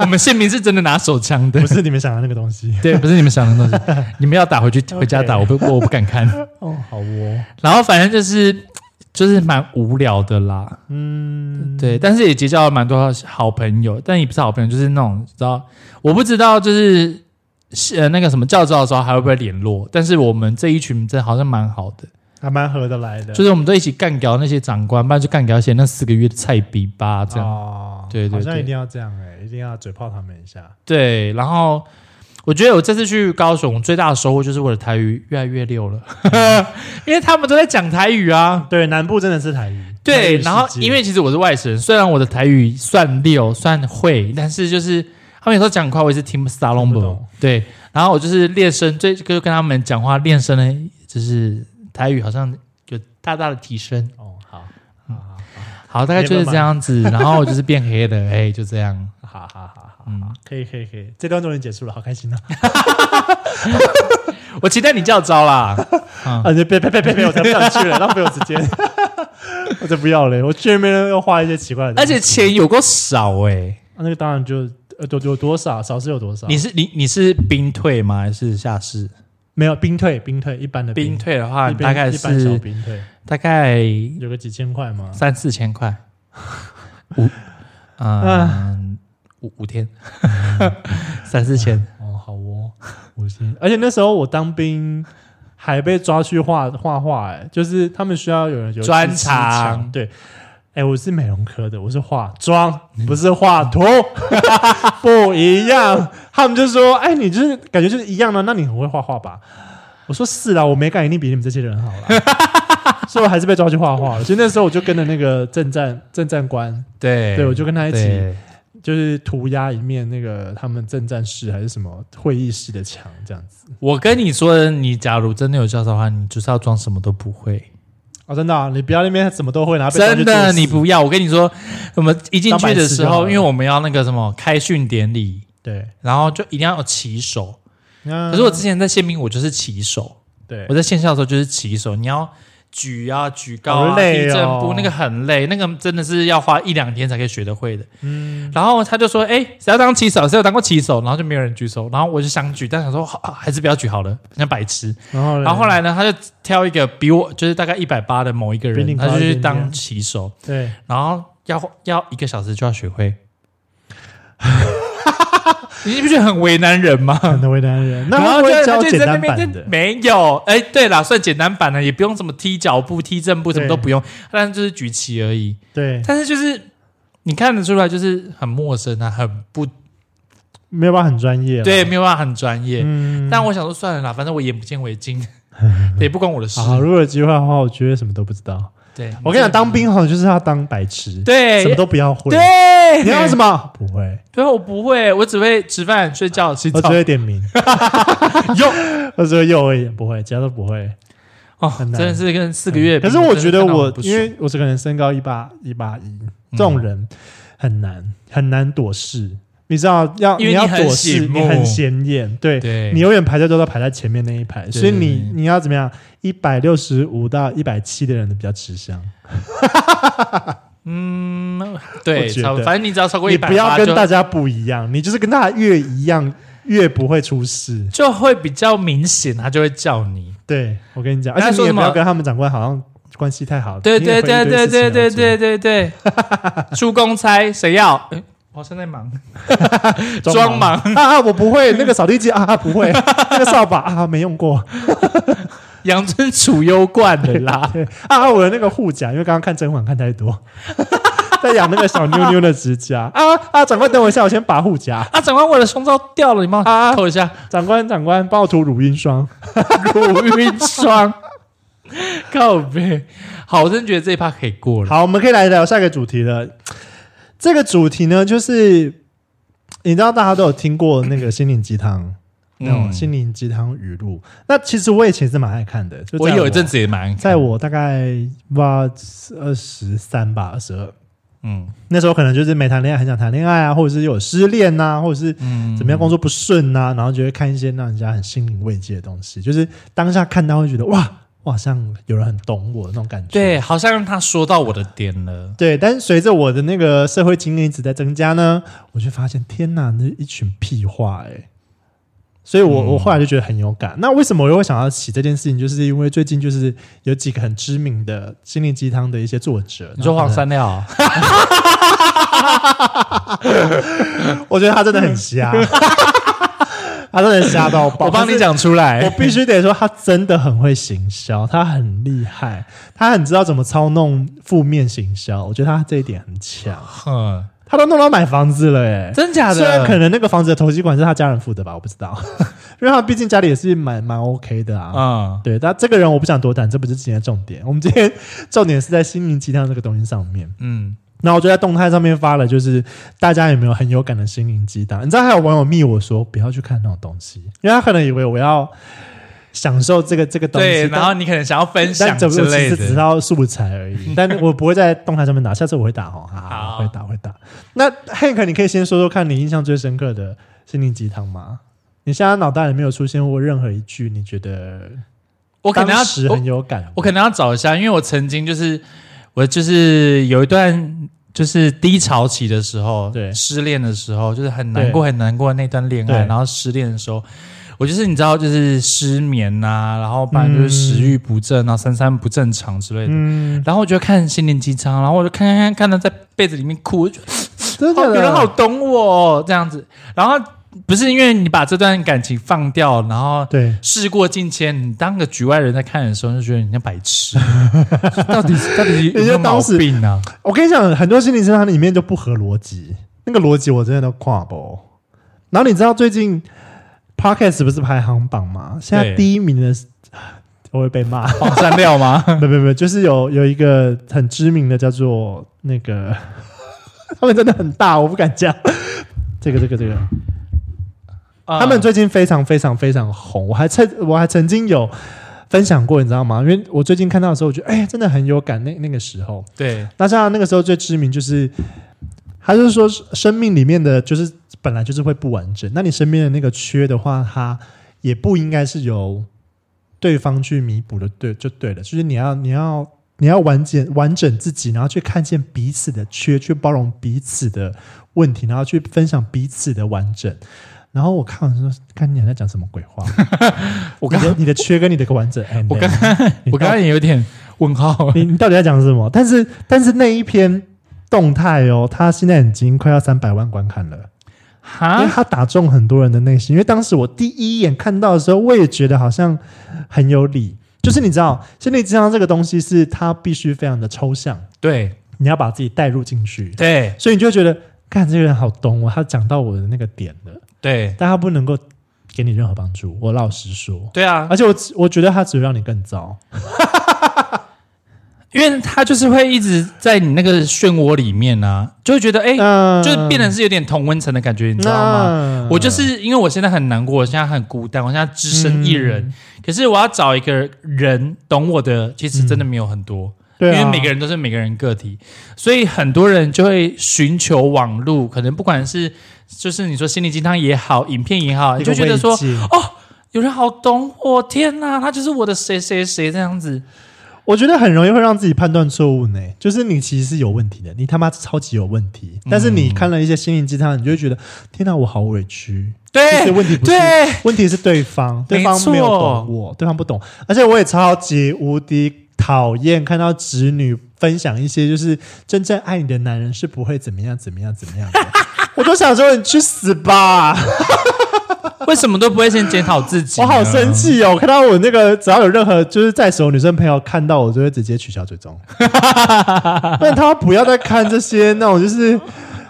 A: 我们宪兵是真的拿手枪的
B: 不。是你们想的那个 东西。
A: 对，不是你们想的东西，你们要打回去回家打，我不我不敢看。
B: 哦，好哦，
A: 然后反正就是就是蛮无聊的啦，
B: 嗯，
A: 对，但是也结交了蛮多好朋友，但也不是好朋友，就是那种知道，我不知道就是是呃那个什么教招的时候还会不会联络，但是我们这一群真的好像蛮好的，
B: 还蛮合得来的，
A: 就是我们都一起干掉那些长官，不然就干掉一些那四个月的菜逼吧这样，
B: 哦
A: 对对
B: 好像
A: 对
B: 一定要这样哎、一定要嘴炮他们一下。
A: 对，然后。我觉得我这次去高雄最大的收获就是我的台语越来越溜了，
B: 嗯
A: 因为他们都在讲台语啊。
B: 对，南部真的是台语。台
A: 对，
B: 语世界
A: 然后因为其实我是外省人，虽然我的台语算溜算会，但是就是他们有时候讲很快，我也是听不沙龙
B: 听不
A: 不
B: 懂
A: 对，然后我就是练声，最就跟他们讲话练声的就是台语好像有大大的提升。
B: 哦，好，
A: 好，大概就是这样子，然后就是变黑了，哎，就这样。
B: 好好好好，
A: 嗯，
B: 可以可以可以，这段终于结束了，好开心啊！
A: 我期待你叫招 啦。
B: 啊，别别别别别，我才不想去了，浪 费我时间，我才不要嘞！我去那边又花一些奇怪的，
A: 而且钱有够少哎、
B: 啊那个当然就呃多有多少，少是有多少，
A: 你是你你是兵退吗？还是下士？
B: 没有兵退兵退一般的
A: 兵退的话，
B: 一般
A: 大概
B: 一般小
A: 是
B: 兵退，
A: 大概
B: 有个几千块吗？
A: 三四千块， 五嗯五五天， 三四千。
B: 哦，好哦，我先。而且那时候我当兵还被抓去画画画，哎，就是他们需要有人有
A: 专
B: 技术
A: 长
B: 强对。哎、我是美容科的，我是化妆，
A: 嗯
B: 不是画图， 不一样。他们就说：“哎、你就是感觉就是一样的，那你很会画画吧？”我说：“是啊啦，我美感一定比你们这些人好啦。 所以我还是被抓去画画了。所以那时候我就跟着那个政战政战官，
A: 对
B: 对我就跟他一起
A: 对
B: 就是涂鸦一面那个他们政战室还是什么会议室的墙这样子。
A: 我跟你说的，你假如真的有教授的话，你就是要装什么都不会。
B: 哦，真的、啊，你不要那边什么都会，然后被抓去
A: 真
B: 做
A: 的，
B: 事
A: 你不要。我跟你说，我们一进去的时
B: 当白痴就好
A: 候，
B: 了
A: 因为我们要那个什么开训典礼，
B: 对。
A: 然后就一定要有骑手。
B: 可
A: 可是我之前在宪兵，我就是骑手。
B: 对
A: 我在线下的时候就是骑手，你要举啊、举高啊、
B: 好累
A: 踢
B: 哦
A: 正步，那个很累，那个真的是要花一两天才可以学得会的。
B: 嗯
A: 然后他就说：“哎、谁要当骑手？谁有当过骑手？”然后就没有人举手，然后我就想举，但想说好、啊还是不要举好了，像白痴。
B: 然后
A: 然后后来呢，他就挑一个比我就是大概一百八的某一个
B: 比
A: 人，
B: 你
A: 他
B: 高
A: 就
B: 一
A: 去
B: 点点
A: 当骑手，
B: 对
A: 然后要要一个小时就要学 会。 你不觉得很为难人吗？
B: 很多为难人，那
A: 然
B: 他
A: 后
B: 不
A: 就
B: 会
A: 他
B: 教
A: 就
B: 简
A: 在那
B: 单
A: 边
B: 版
A: 就
B: 的，
A: 没有，哎，对啦，算简单版的，也不用什么踢脚步、踢正步，什么
B: 对
A: 都不用，但是就是举旗而已。
B: 对，
A: 但是就是你看得出来，就是很陌生啊，很不
B: 没有办法很专业啦，啊
A: 对，没有办法很专业。
B: 嗯，
A: 但我想说算了啦，反正我眼不见为净， 也不关我的事。
B: 好，如果有机会的话，我觉得什么都不知道。
A: 对，
B: 我跟你讲，当兵好就是要当白痴，，
A: 对
B: 什么都不要会，
A: 对，
B: 你要什
A: 么？
B: 么不会，
A: 对，我不会，我只会吃饭、睡觉、洗
B: 我
A: 澡
B: 只。会点 名，
A: 哟
B: 我只会右而已，不会，其他都不会。
A: 哦，
B: 很
A: 真
B: 难嗯
A: 的是跟四个月比。
B: 可是我觉得
A: 真的看到
B: 我
A: 很不，
B: 因
A: 爽嗯
B: 为我这个人身高一八一八一，这种人很难很难躲事。你知道，要
A: 因为你
B: 要
A: 很
B: 躲
A: 醒
B: 事，你
A: 目
B: 很显眼，对
A: 对
B: 你永远排队都在排在前面那一排，所
A: 对
B: 以你你要怎么样？一百六十五到一百七的人比较吃香，
A: 嗯，对，
B: 我觉
A: 差不多
B: 得
A: 反正你只要超过一
B: 你
A: 百，
B: 不要跟大家不一样，你就是跟大家越一样越不会出事。
A: 就会比较明显，他就会叫你。
B: 对我跟你讲，
A: 人
B: 而
A: 家
B: 且
A: 说
B: 你也
A: 什么
B: 不要跟他们长官好像关系太好，
A: 对
B: 你也
A: 对
B: 会一
A: 对对
B: 堆事情
A: 对对
B: 要做
A: 对对对， 出公差谁要？诶我现在忙，装忙
B: 啊！我不会那个扫地机啊，不会 那个扫把啊，没用过
A: 养尊处优惯了 啦。
B: 啊！我的那个护甲，因为刚刚看甄嬛看 太多，在养那个小妞妞的指甲啊啊！长官，等我一下，我先拔护甲。
A: 啊，长官，我的胸罩掉了，你帮我
B: 啊
A: 扣一下。
B: 长官，长官，帮我涂乳晕霜。
A: 乳晕霜，靠背。好，我真的觉得这一趴可以过了。
B: 好，我们可以来聊下一个主题了。这个主题呢，就是你知道大家都有听过那个心灵鸡汤，那种
A: 嗯
B: 心灵鸡汤语录。那其实我以前是蛮爱看的，就在
A: 我有一阵子也蛮，
B: 在我大概不知道二十三吧，二十二。
A: 嗯
B: 那时候可能就是没谈恋爱，很想谈恋爱啊，或者是有失恋呐、或者是
A: 嗯
B: 怎么样工作不顺呐、然后就会看一些让人家很心灵慰藉的东西，就是当下看到会觉得哇，我好像有人很懂我的那种感觉。
A: 对，好像让他说到我的点了。
B: 对，但是随着我的那个社会经验一直在增加呢，我就发现天呐，那一群屁话哎、所以我，我、
A: 嗯
B: 后来就觉得很有感。那为什么我又会想要起这件事情？就是因为最近就是有几个很知名的心灵鸡汤的一些作者，
A: 你说
B: 然后
A: 黄
B: 可能
A: 山料啊，
B: 我觉得他真的 很瞎，他真的瞎到 爆。
A: 我帮你，讲出
B: 我
A: 来。嗯
B: 必须得说，他真的很会行销，他很厉害，他很知道怎么操弄负面行销。我觉得他这一点很强，
A: 哼，
B: 他都弄到买房子了、欸，
A: 真假
B: 虽然可
A: 的？
B: 能那个房子的投机款是他家人付的吧，我不知道， 因为他毕竟家里也是蛮蛮 OK 的啊。
A: 嗯，
B: 对，但这个人我不想多谈，这不是今天的重点。我们今天重点是在心灵鸡汤这个东西上面。
A: 嗯，
B: 那我就在动态上面发了，就是大家有没有很有感的心灵鸡汤？你知道还有网友密我说不要去看那种东西，因为他可能以为我要享受这个这个东西。
A: 对，
B: 但
A: 然后你可能想要分
B: 但
A: 享
B: 只
A: 之
B: 不过
A: 类
B: 只是只
A: 的，
B: 到素材 而已，但我不会在动态上面打，下次我会打哦，好，
A: 好
B: 会打会打。那 Hank，你可以先说说看你印象最深刻的心灵鸡汤吗？你现在脑袋里没有出现过任何一句你觉得
A: 我可能要
B: 当时
A: 我
B: 很有感的，
A: 我可能要找一下，因为我曾经就是我就是有一段就是低潮期的时候，
B: 对
A: 失恋的时候，就是很难过很难过的那段恋
B: 对
A: 爱，然后失恋的时候，我就是你知道就是失眠呐、然后不然就是食欲不振啊，然后三餐不正常之类的。
B: 嗯，
A: 然后我就看心灵鸡汤，然后我就看看看看到在被子里面哭，我就觉
B: 真
A: 得哦
B: 的
A: 有
B: 假
A: 人
B: 的
A: 好懂我、哦、这样子。然后不是因为你把这段感情放掉，然后
B: 对，
A: 事过境迁，你当个局外人在看的时候，就觉得你像白痴， 到底到底 有没有毛病呢、啊？
B: 我跟你讲，很多心理鸡汤里面就不合逻辑，那个逻辑我真的都跨不。然后你知道最近 Podcast 不是排行榜吗？现在
A: 对
B: 第一名的是我会被骂。
A: 黄山料 吗？
B: 没没没，就是有有一个很知名的叫做那个， 他们真的很大，我不敢讲。 这个这个这个，他
A: 啊
B: 们最近非常非常非常红，我还曾我还曾经有分享过，你知道吗？因为我最近看到的时候，我觉得哎、真的很有感。那那个时候，
A: 对
B: 那像那个时候最知名就是，他就是说生命里面的就是本来就是会不完整，那你身边的那个缺的话，它也不应该是由对方去弥补的，对，就对了，就是你要你要你要完整完整自己，然后去看见彼此的缺，去包容彼此的问题，然后去分享彼此的完整。然后我看完说，看你还在讲什么鬼 话？
A: 我
B: 你
A: 刚
B: 的你的缺跟你的个完整，哎，
A: 我
B: 你
A: 刚我刚刚也有点问号，
B: 你你到底在讲什么？但是但是那一篇动态哦，它现在已经快要三百万观看了，因为
A: 哈，
B: 它打中很多人的内心。因为当时我第一眼看到的时候，我也觉得好像很有理。就是你知道，心理智商这个东西是它必须非常的抽象，
A: 对
B: 你要把自己带入进去，
A: 对
B: 所以你就会觉得，看这个人好懂哦，他讲到我的那个点了，
A: 对
B: 但他不能够给你任何帮助。我老实说，
A: 对啊，
B: 而且我我觉得他只会让你更糟。
A: 因为他就是会一直在你那个漩涡里面啊，就会觉得哎、
B: 嗯，
A: 就是变成是有点同温层的感觉，你知道吗？
B: 吗
A: 我就是因为我现在很难过，我现在很孤单，我现在只身一人。可是我要找一个人懂我的，其实真的没有很多，
B: 对啊，
A: 因为每个人都是每个人个体，所以很多人就会寻求网路，可能不管是就是你说心灵鸡汤也好，影片也好，
B: 一
A: 你
B: 个
A: 就觉得
B: 慰
A: 说
B: 藉
A: 有人好懂我，天哪，他就是我的谁谁谁这样子。
B: 我觉得很容易会让自己判断错误呢。就是你其实是有问题的，你他妈超级有问题。
A: 嗯
B: 但是你看了一些心灵鸡汤，你就会觉得天哪、我好委 屈。其实
A: 对
B: 问题不是，
A: 对，
B: 问题是对方，对方
A: 没错
B: 没有懂我，对方不懂。而且我也超级无敌讨厌看到直女分享一些就是真正爱你的男人是不会怎么样怎么样怎么样的。我都想说你去死吧！
A: 为什么都不会先检讨自己？
B: 我好生！气哦！我看到我那个只要有任何就是在手女生朋友看到我，就会直接取消追踪。但他不要再看这些那种就是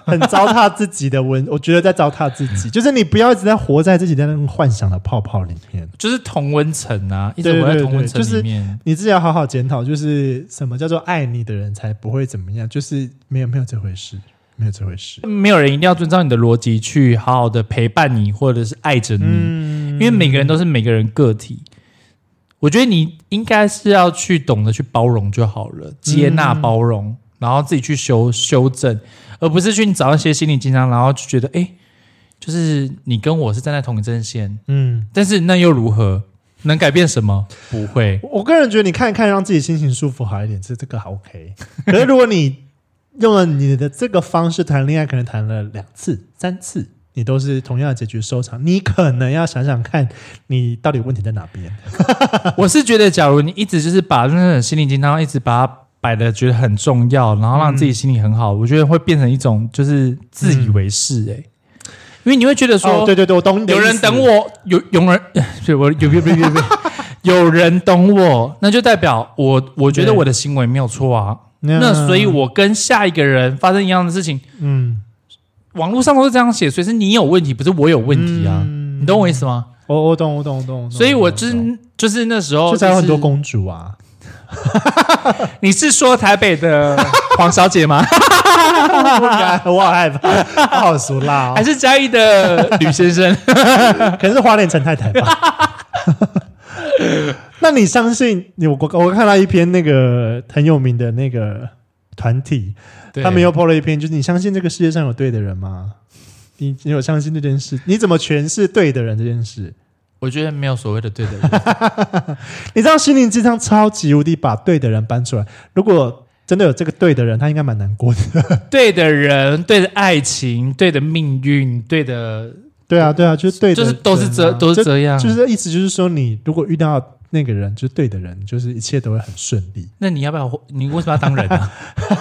B: 很糟蹋自己的文，我觉得在糟蹋自己。就是你不要一直在活在自己的那种幻想的泡泡里面，
A: 就是同温层啊，一
B: 对
A: 直活在
B: 对
A: 同温
B: 对
A: 层
B: 就是
A: 里面。
B: 你自己要好好检讨，就是什么叫做爱你的人才不会怎么样，就是没有没有这回事，没有这回事。
A: 没有人一定要遵照你的逻辑去好好的陪伴你，或者是爱着你，
B: 嗯
A: 因为每个人都是每个人个体。我觉得你应该是要去懂得去包容就好了，接纳包容，然后自己去修修正，而不是去找一些心理鸡汤，然后就觉得哎，诶就是你跟我是站在同一阵线，
B: 嗯，
A: 但是那又如何？能改变什么？ 不会。
B: 我个人觉得你看一看，让自己心情舒服好一点，这这个 好 OK。可是如果你用了你的这个方式谈恋爱，可能谈了两次、三次，你都是同样的结局收场，你可能要想想看，你到底问题在哪边。
A: 我是觉得，假如你一直就是把那种心灵鸡汤一直把它摆的觉得很重要，然后让自己心里很好，我觉得会变成一种就是自以为是哎、欸因为你会觉得说，
B: 哦，对对对，我懂你的意
A: 有
B: 思
A: 人等，我，有有人， 对我有有有有有有人懂我，那就代表我我觉得
B: 对
A: 我的行为没有错啊。
B: 那
A: 那所以，我跟下一个人发生一样的事情，
B: 嗯，
A: 网络上都是这样写，所以是你有问题，不是我有问题啊。
B: 嗯哦
A: 你懂我意思吗？
B: 我我懂我懂我懂，懂
A: 所以我就
B: 懂懂
A: 是就是那时候
B: 这才有很多
A: 就是
B: 公主啊，
A: 你是说台北的黄小姐 吗？
B: 不敢我好害怕，我好俗辣
A: 还
B: 哦，
A: 是 嘉义的吕先生？
B: 啊 可能是花莲陈太太吧。那你相信你？我我看到一篇那个很有名的那个团体，
A: 对
B: 他们又 PO 了一篇，就是你相信这个世界上有对的人吗？你你有相信这件事？你怎么诠释对的人这件事？
A: 我觉得没有所谓的对的人，
B: 你知道心灵鸡汤超级无敌把对的人搬出来，如果真的有这个对的人，他应该蛮难过的。
A: 对的人，对的爱情，对的命运，对的，
B: 对啊，对啊，就是对的
A: 就
B: 人啊、
A: 是都是这都是
B: 就
A: 这样。
B: 就是意思就是说，你如果遇到那个人，就是对的人，就是一切都会很顺利。
A: 那你要不要？你为什么要当人啊？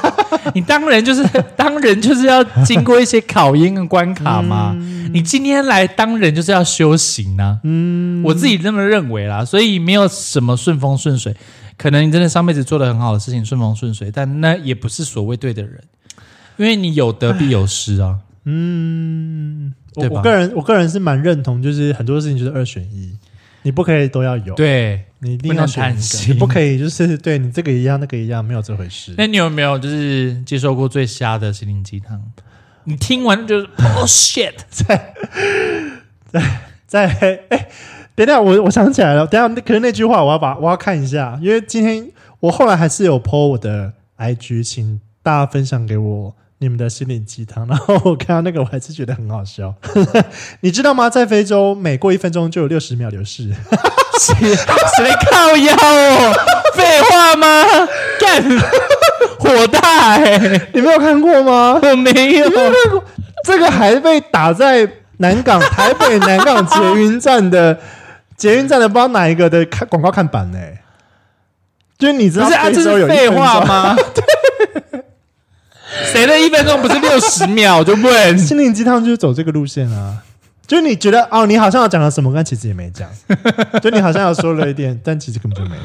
A: 你当人就是当人就是要经过一些考验跟关卡嘛。
B: 嗯
A: 你今天来当人就是要修行啊。嗯，我自己这么认为啦，所以没有什么顺风顺水。可能你真的上辈子做了很好的事情，顺风顺水，但那也不是所谓对的人，因为你有得必有失 啊。
B: 嗯，我
A: 对吧
B: 我个人我个人是蛮认同，就是很多事情就是二选一，你不可以都要有，
A: 对，
B: 你一定要
A: 不能
B: 选一
A: 贪
B: 个，
A: 心
B: 你不可以就是对你这个一样那个一样，没有这回事。
A: 那你有没有就是接受过最瞎的心灵鸡汤？你听完就是 oh shit，
B: 在 哎、等一下我我想起来了，等一下可是那句话我要把我要看一下，因为今天我后来还是有 PO 我的 IG，请大家分享给我你们的心灵鸡汤。然后我看到那个我还是觉得很好笑， 你知道吗？在非洲每过一分钟就有六十秒流逝。
A: 谁靠腰哦？废话吗？干，火大哎、
B: 你没有看过吗？
A: 我没有
B: 你没有看过？这个还被打在南港台北南港捷运站的捷运站的不知道哪一个的看广告看板呢、就是你知道
A: 不是啊，
B: 非
A: 这
B: 洲有
A: 是
B: 一分
A: 废
B: 钟
A: 话吗？谁的一分钟不是六十秒？我就问，
B: 心灵鸡汤就是走这个路线啊，就是你觉得哦，你好像有讲了什么，但其实也没讲，就你好像有说了一点， 但其实根本就没有。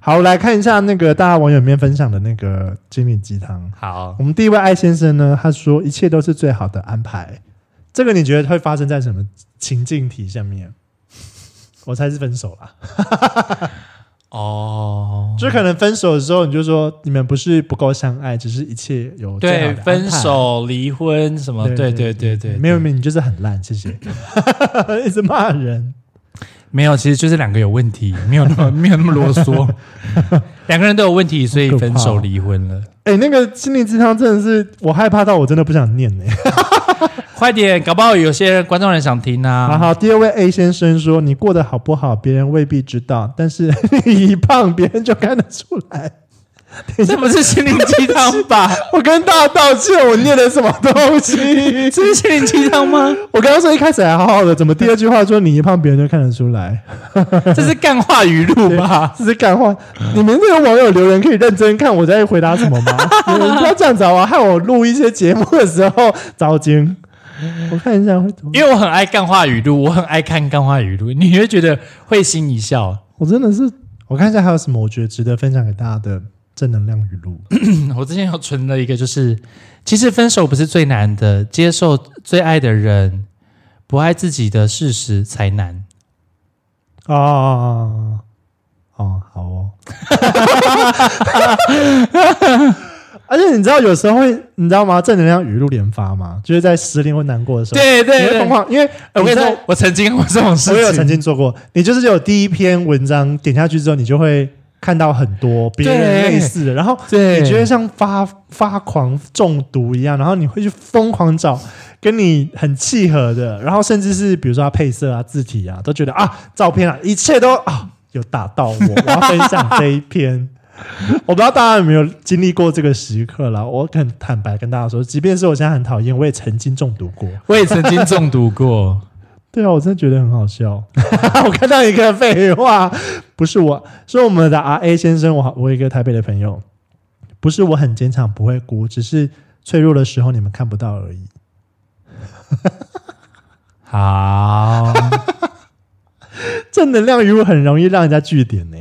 B: 好，我来看一下那个大家网友里面分享的那个心灵鸡汤。
A: 好，
B: 我们第一位艾先生呢，他说一切都是最好的安排。这个你觉得会发生在什么情境题下面？ 我猜是分手啦，
A: 哦，
B: 就可能分手的时候，你就说你们不是不够相爱，只是一切有最好的
A: 对，
B: 安排
A: 分手、离婚什么？对对对对，
B: 没有没有，你就是很烂，谢谢， 一直骂人。
A: 没有，其实就是两个有问题，没有那么没有那么啰 嗦，两个人都有问题，所以分手离婚了。
B: 哎、那个心灵鸡汤真的是我害怕到我真的不想念呢、
A: 快点，搞不好有些观众人想听
B: 好
A: 啊。
B: 好，第二位 A 先生说：“你过得好不好，别人未必知道，但是 你一胖，别人就看得出来。”等一 下
A: 这，不是心灵鸡汤吧？
B: 我跟大家道歉，我念的什么东西？
A: 这是心灵鸡汤 吗？
B: 我刚刚说一开始还好好的，怎么第二句话说你一胖，别人就看得出来？
A: 这是干话语录吧？
B: 这是干话。你们这个网友留言可以认真看我在回答什么 吗？你们不要这样子好吧，害我录一些节目的时候糟心。我看一下会怎么，
A: 因为我很爱干话语录，我很爱看干话语录，你会觉得会心一笑。
B: 我真的是，我看一下还有什么我觉得值得分享给大家的正能量语录。
A: 嗯我之前有存了一个，就是其实分手不是最难的，接受最爱的人不爱自己的事实才难。
B: 哦哦哦哦，好哦。而且你知道，有时候会，你知道吗？正能量语录连发嘛，就是在失恋或难过的时候，
A: 对
B: 你
A: 对
B: 会
A: 对
B: 疯，狂，因为
A: 我跟你
B: 在
A: 说，，我曾经过这种事
B: 我有
A: 情，
B: 曾经做过，你就是有第一篇文章点下去之后，你就会看到很多别人
A: 对
B: 类似的，然后
A: 对，
B: 你觉得像发发狂中毒一样，然后你会去疯狂找跟你很契合的，然后甚至是比如说它配色啊、字体啊，都觉得啊，照片啊，一切都啊有打到我，我要分享这一篇。 我不知道大家有没有经历过这个时刻啦，我很坦白跟大家说，即便是我现在很讨厌，我也曾经中毒过。
A: 我也曾经中毒过。
B: 对啊，我真的觉得很好笑。 我看到一个废话，不是我，是我们的 R A 先生，我好我有一个台北的朋友，不是我很坚强不会哭，只是脆弱的时候你们看不到而已。
A: 好，
B: 正能量语录很容易让人家据点呢、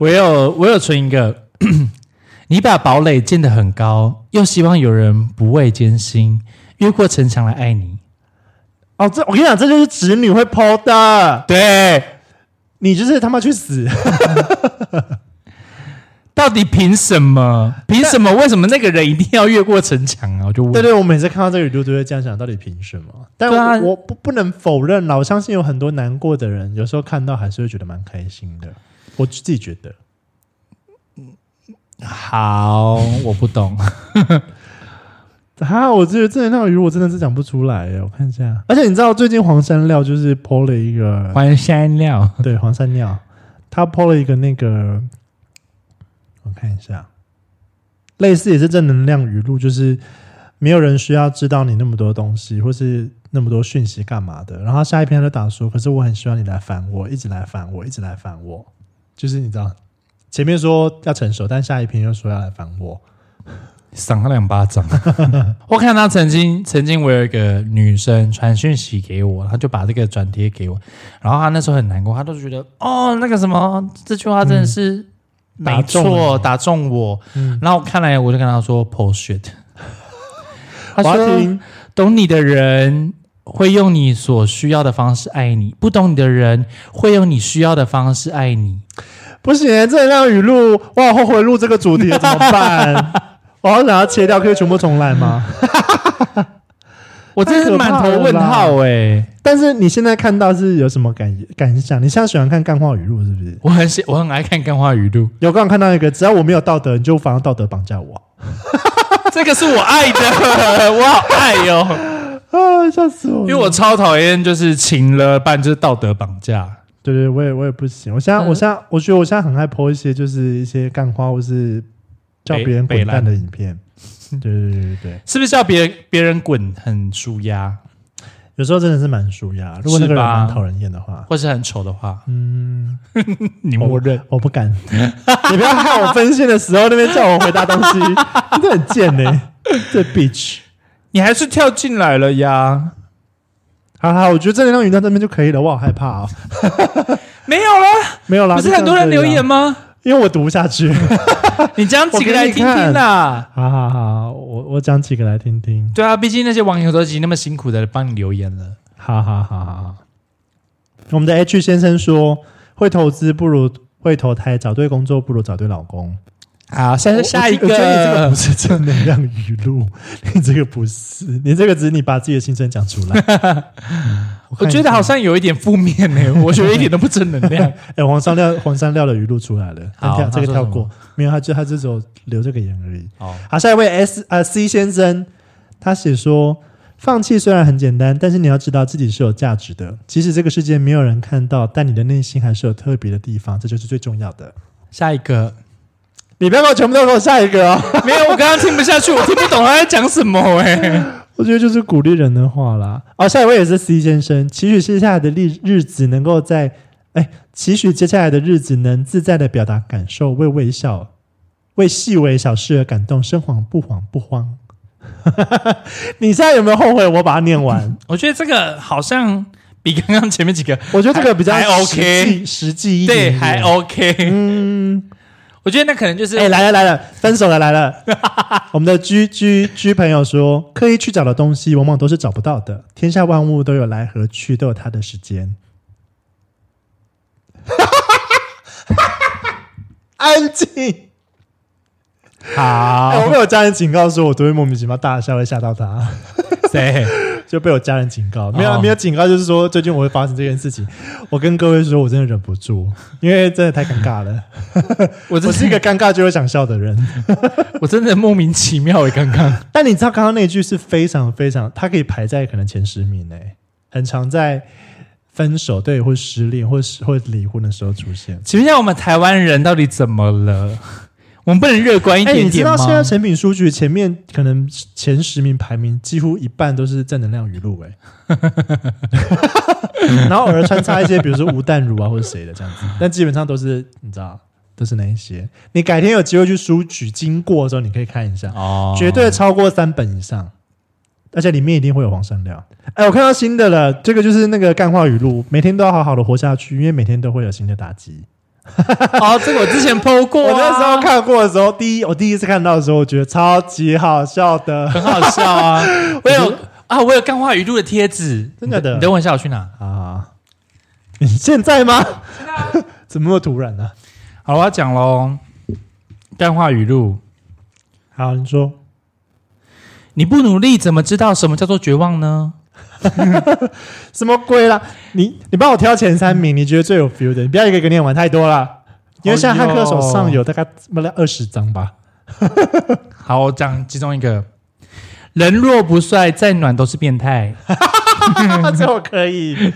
A: 我有我有存一个， 你把堡垒建得很高，又希望有人不畏艰辛，越过城墙来爱你。
B: 哦，这我跟你讲，这就是侄女会剖的，
A: 对，
B: 你就是他妈去死！
A: 到底凭什么？凭什么？为什么那个人一定要越过城墙啊？我就问。
B: 对对，我每次看到这个语录都会这样想，到底凭什么？但
A: 对啊
B: 我我不不能否认啦，我相信有很多难过的人，有时候看到还是会觉得蛮开心的。我自己觉得，
A: 好，我不懂。
B: 啊，我觉得之前那个语录我真的是讲不出来耶。我看一下，而且你知道最近黄山料就是 PO 了一个，
A: 还山料，
B: 对黄山料，他 PO 了一个那个，我看一下，类似也是正能量语录，就是没有人需要知道你那么多东西，或是那么多讯息干嘛的。然后下一篇他就打说，可是我很希望你来烦我，一直来烦我，一直来烦我，就是你知道。前面说要成熟，但下一篇又说要来烦我。
A: 赏他两巴 掌。我看他曾经，曾经我有一个女生传讯息给我，她就把这个转贴给我，然后她那时候很难过，她都觉得哦，那个什么，这句话真的是没
B: 打中
A: 错，
B: 了
A: 嗯打中我。
B: 嗯，
A: 然后我看来我就跟她说 bullshit，她
B: 我要
A: 说
B: 听，
A: 懂你的人。会用你所需要的方式爱你，不懂你的人会用你需要的方式爱你。
B: 不行，这让语录，我好后悔录这个主题，怎么办？ 我好想要切掉，可以全部重来吗？
A: 我真是满头问号哎、
B: 但是你现在看到是有什么感感想？你现在喜欢看干话语录是不是？
A: 我很喜，我很爱看干花语录，
B: 有刚好看到一个，只要我没有道德，你就反而道德绑架我
A: 这个是我爱的， 我好爱哟、哦，
B: 啊！笑死我
A: 因
B: 了！
A: 为我超讨厌就是情了半就是道德绑架，
B: 对对，我也我也不行。我现在、
A: 嗯
B: 我现在我觉得我现在很爱播一些就是一些干话或是叫别人滚蛋的影片。对对对对对，
A: 是不是叫别人别人滚很舒压，
B: 有时候真的是蛮舒压。如果那个
A: 是
B: 人
A: 吧
B: 蛮讨人厌的话，
A: 或是很丑的话，
B: 嗯。
A: 你默认
B: 我不敢， 你不要看我分心的时候那边叫我回答东西，真的很贱呢、这 bitch。
A: 你还是跳进来了呀？
B: 好好，我觉得正能量语到这边就可以了，我好害怕啊、
A: 没有啦，
B: 没有啦，
A: 不是
B: 就这
A: 很多
B: 样
A: 人
B: 可以啦
A: 留言，吗？
B: 因为我读不下去。
A: 你讲几个来听听
B: 我给你
A: 啦。
B: 好好好，我我讲几个来听听。
A: 对啊，毕竟那些网友都已经那么辛苦的帮你留言了。
B: 好好好好好。我们的 H 先生说，会投资不如会投胎，找对工作不如找对老公。
A: 好，下
B: 啊我
A: 下一
B: 我觉得你这呃个
A: 个
B: 不，是正能量语录，你这个不是，你这个只是你把自己的心声讲出来。
A: 我觉得好像有一点负面呢、我觉得一点都不正能量。
B: 哎、黄山料黄山料的语录出来了，
A: 好
B: 跳这个
A: 他说
B: 跳
A: 什
B: 过，没有，他就他就只有留这个言而已。
A: 哦，
B: 好，下一位 S 呃 C 先生，他写说，放弃虽然很简单，但是你要知道自己是有价值的，即使这个世界没有人看到，但你的内心还是有特别的地方，这就是最重要的。
A: 下一个。
B: 你不要给我全部都给我下一个哦，
A: 没有，我刚刚听不下去，我听不懂他在讲什么哎、
B: 我觉得就是鼓励人的话啦。哦，下一位也是 C 先生，期许接下来的日日子能够在，哎，期许接下来的日子能自在的表达感受，为微笑，为细微小事而感动，生惶不慌不慌。 你现在有没有后悔我把它念完？
A: 我觉得这个好像比刚刚前面几个
B: 我觉得这个比较
A: 还还 OK
B: 实际实际一点
A: 对
B: 点
A: 还 OK。
B: 嗯，
A: 我觉得那可能就是、
B: 哎、来了来了，分手了来 了。我们的 G G G 朋友说，刻意去找的东西往往都是找不到的。天下万物都有来和去，都有它的时间。 安静。哎
A: 好
B: 我被我家人警告说，我都会莫名其妙大笑，会吓到他，
A: 谁？
B: 就被我家人警告。没有、
A: 哦
B: 没有警告，就是说最近我会发生这件事情。我跟各位说，我真的忍不住，因为真的太尴尬 了。
A: 我
B: 我
A: 真
B: 是 一
A: 是
B: 个尴尬就会想笑的人。
A: 我真的莫名其妙哎、刚刚
B: 但你知道刚刚那句是非常非常，它可以排在可能前十名诶、很常在分手对或失恋或是或离婚的时候出现。
A: 请问一下，我们台湾人到底怎么了？我们不能乐观一
B: 哎、你
A: 点
B: 知
A: 点吗？
B: 道现在成品书局前面可能前十名排名几乎一半都是正能量语录诶、哎 然后偶尔穿插一些，比如说吴淡如啊或者谁的这样子，但基本上都是你知道都是那一些。你改天有机会去书局经过的时候，你可以看一下。
A: 哦
B: 绝对超过三本以上，而且里面一定会有黄山料。哎，我看到新的了，这个就是那个干话语录，每天都要好好的活下去，因为每天都会有新的打击。
A: 哦，这个我之前 PO 过、啊，
B: 我那时候看过的时候，第一我第一次看到的时候，我觉得超级好笑的。
A: 很好笑啊， 我有啊，我有干话语录的贴纸，
B: 真的的
A: 你等我一下，我去拿。
B: 啊，你啊 现在吗？怎么那么突然呢、啊
A: 好，我要讲喽。干话语录。
B: 好，你说
A: 你不努力，怎么知道什么叫做绝望呢？
B: 什么鬼啦？你你帮我挑前三名，你觉得最有 feel 的，你不要一个一个念完，太多了。因为像汉克手上有大概不了二十张吧。
A: 好，我讲其中一个：人若不帅，再暖都是变态。
B: 这我可以。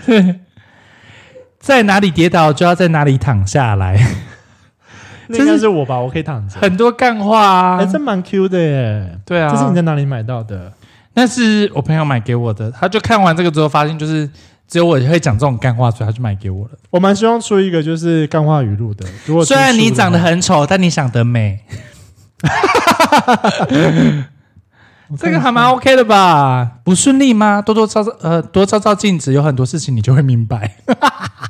A: 在哪里跌倒，就要在哪里躺下来。
B: 那应该是我吧，我可以躺着。
A: 很多干话啊，
B: 哎、这蛮 Q 的耶！
A: 对啊，
B: 这是你在哪里买到的？
A: 那是我朋友买给我的，他就看完这个之后发现，就是只有我会讲这种干话，所以他就买给我了。
B: 我蛮希望出一个就是干话语录的。如 果
A: 虽然你长得
B: 出书
A: 很丑，但你想得 美，
B: 的话，
A: 这个还蛮 OK 的吧？不顺利吗？多多照照呃，多照照镜子，有很多事情你就会明白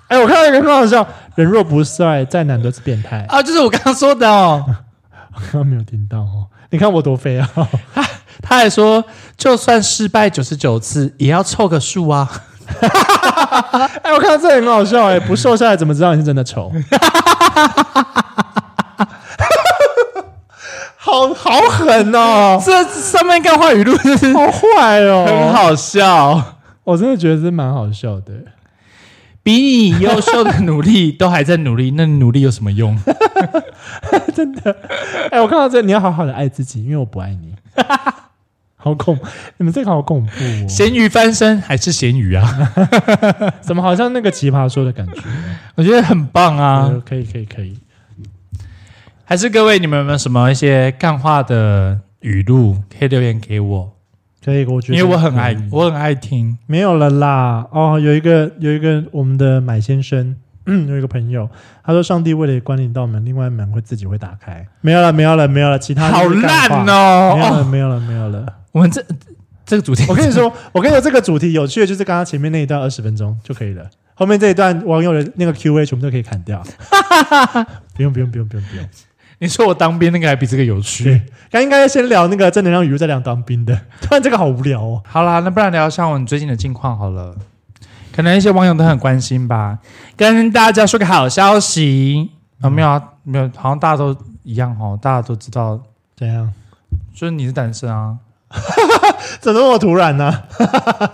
B: 哎、我看到一个很好笑，人若不帅，再难都是变态。
A: 啊。就是我刚刚说的哦，
B: 我刚刚没有听到哦，你看我多飞啊！
A: 他还说，就算失败九十九次，也要凑个数啊。
B: 哎、我看到这个很好笑哎、不瘦下来怎么知道你是真的丑？ 好好狠哦，
A: 这上面干话语录真是
B: 好坏哦，
A: 很，好笑，
B: 我真的觉得是蛮好笑的。
A: 比你优秀的努力都还在努力，那你努力有什么用？
B: 哎、我看到这个，你要好好的爱自己，因为我不爱你。 好恐，你们这个好恐怖 哦！
A: 咸鱼翻身还是咸鱼啊？
B: 怎么好像那个奇葩说的感觉
A: 我觉得很棒
B: 啊
A: 啊！？
B: 可以，可以，可以。
A: 还是各位，你们有没有什么一些干话的语录可以留言给我？
B: 可以，我觉
A: 因
B: 得嗯
A: 为我很爱
B: 可以，
A: 我很爱听。
B: 没有了啦。哦，有一个有一个我们的买先生， 有一个朋友，他说上帝为了关你一道门，另外一门会自己会打开。没有了，没有了，没有了，其他
A: 好
B: 就是干话
A: 烂
B: 没有
A: 哦！
B: 了，没有了，没有了。
A: 我们这这个主题，
B: 我跟你，说，我跟你说，这个主题有趣的就是刚刚前面那一段二十分钟就可以了，后面这一段网友的那个 Q&A 全部都可以砍掉。 不用不用不用不用不用，
A: 你说我当兵那个还比这个有趣。
B: 刚应该先聊那个正能量语录，再聊当兵的。 突然这个好无聊哦。
A: 好啦，那不然聊一下我们最近的近况好了。可能一些网友都很关心吧，跟大家说个好消息啊、没有啊，没有，好像大家都一样哦，大家都知道，
B: 怎样？
A: 就是你是单身啊，
B: 怎么那么突然呢、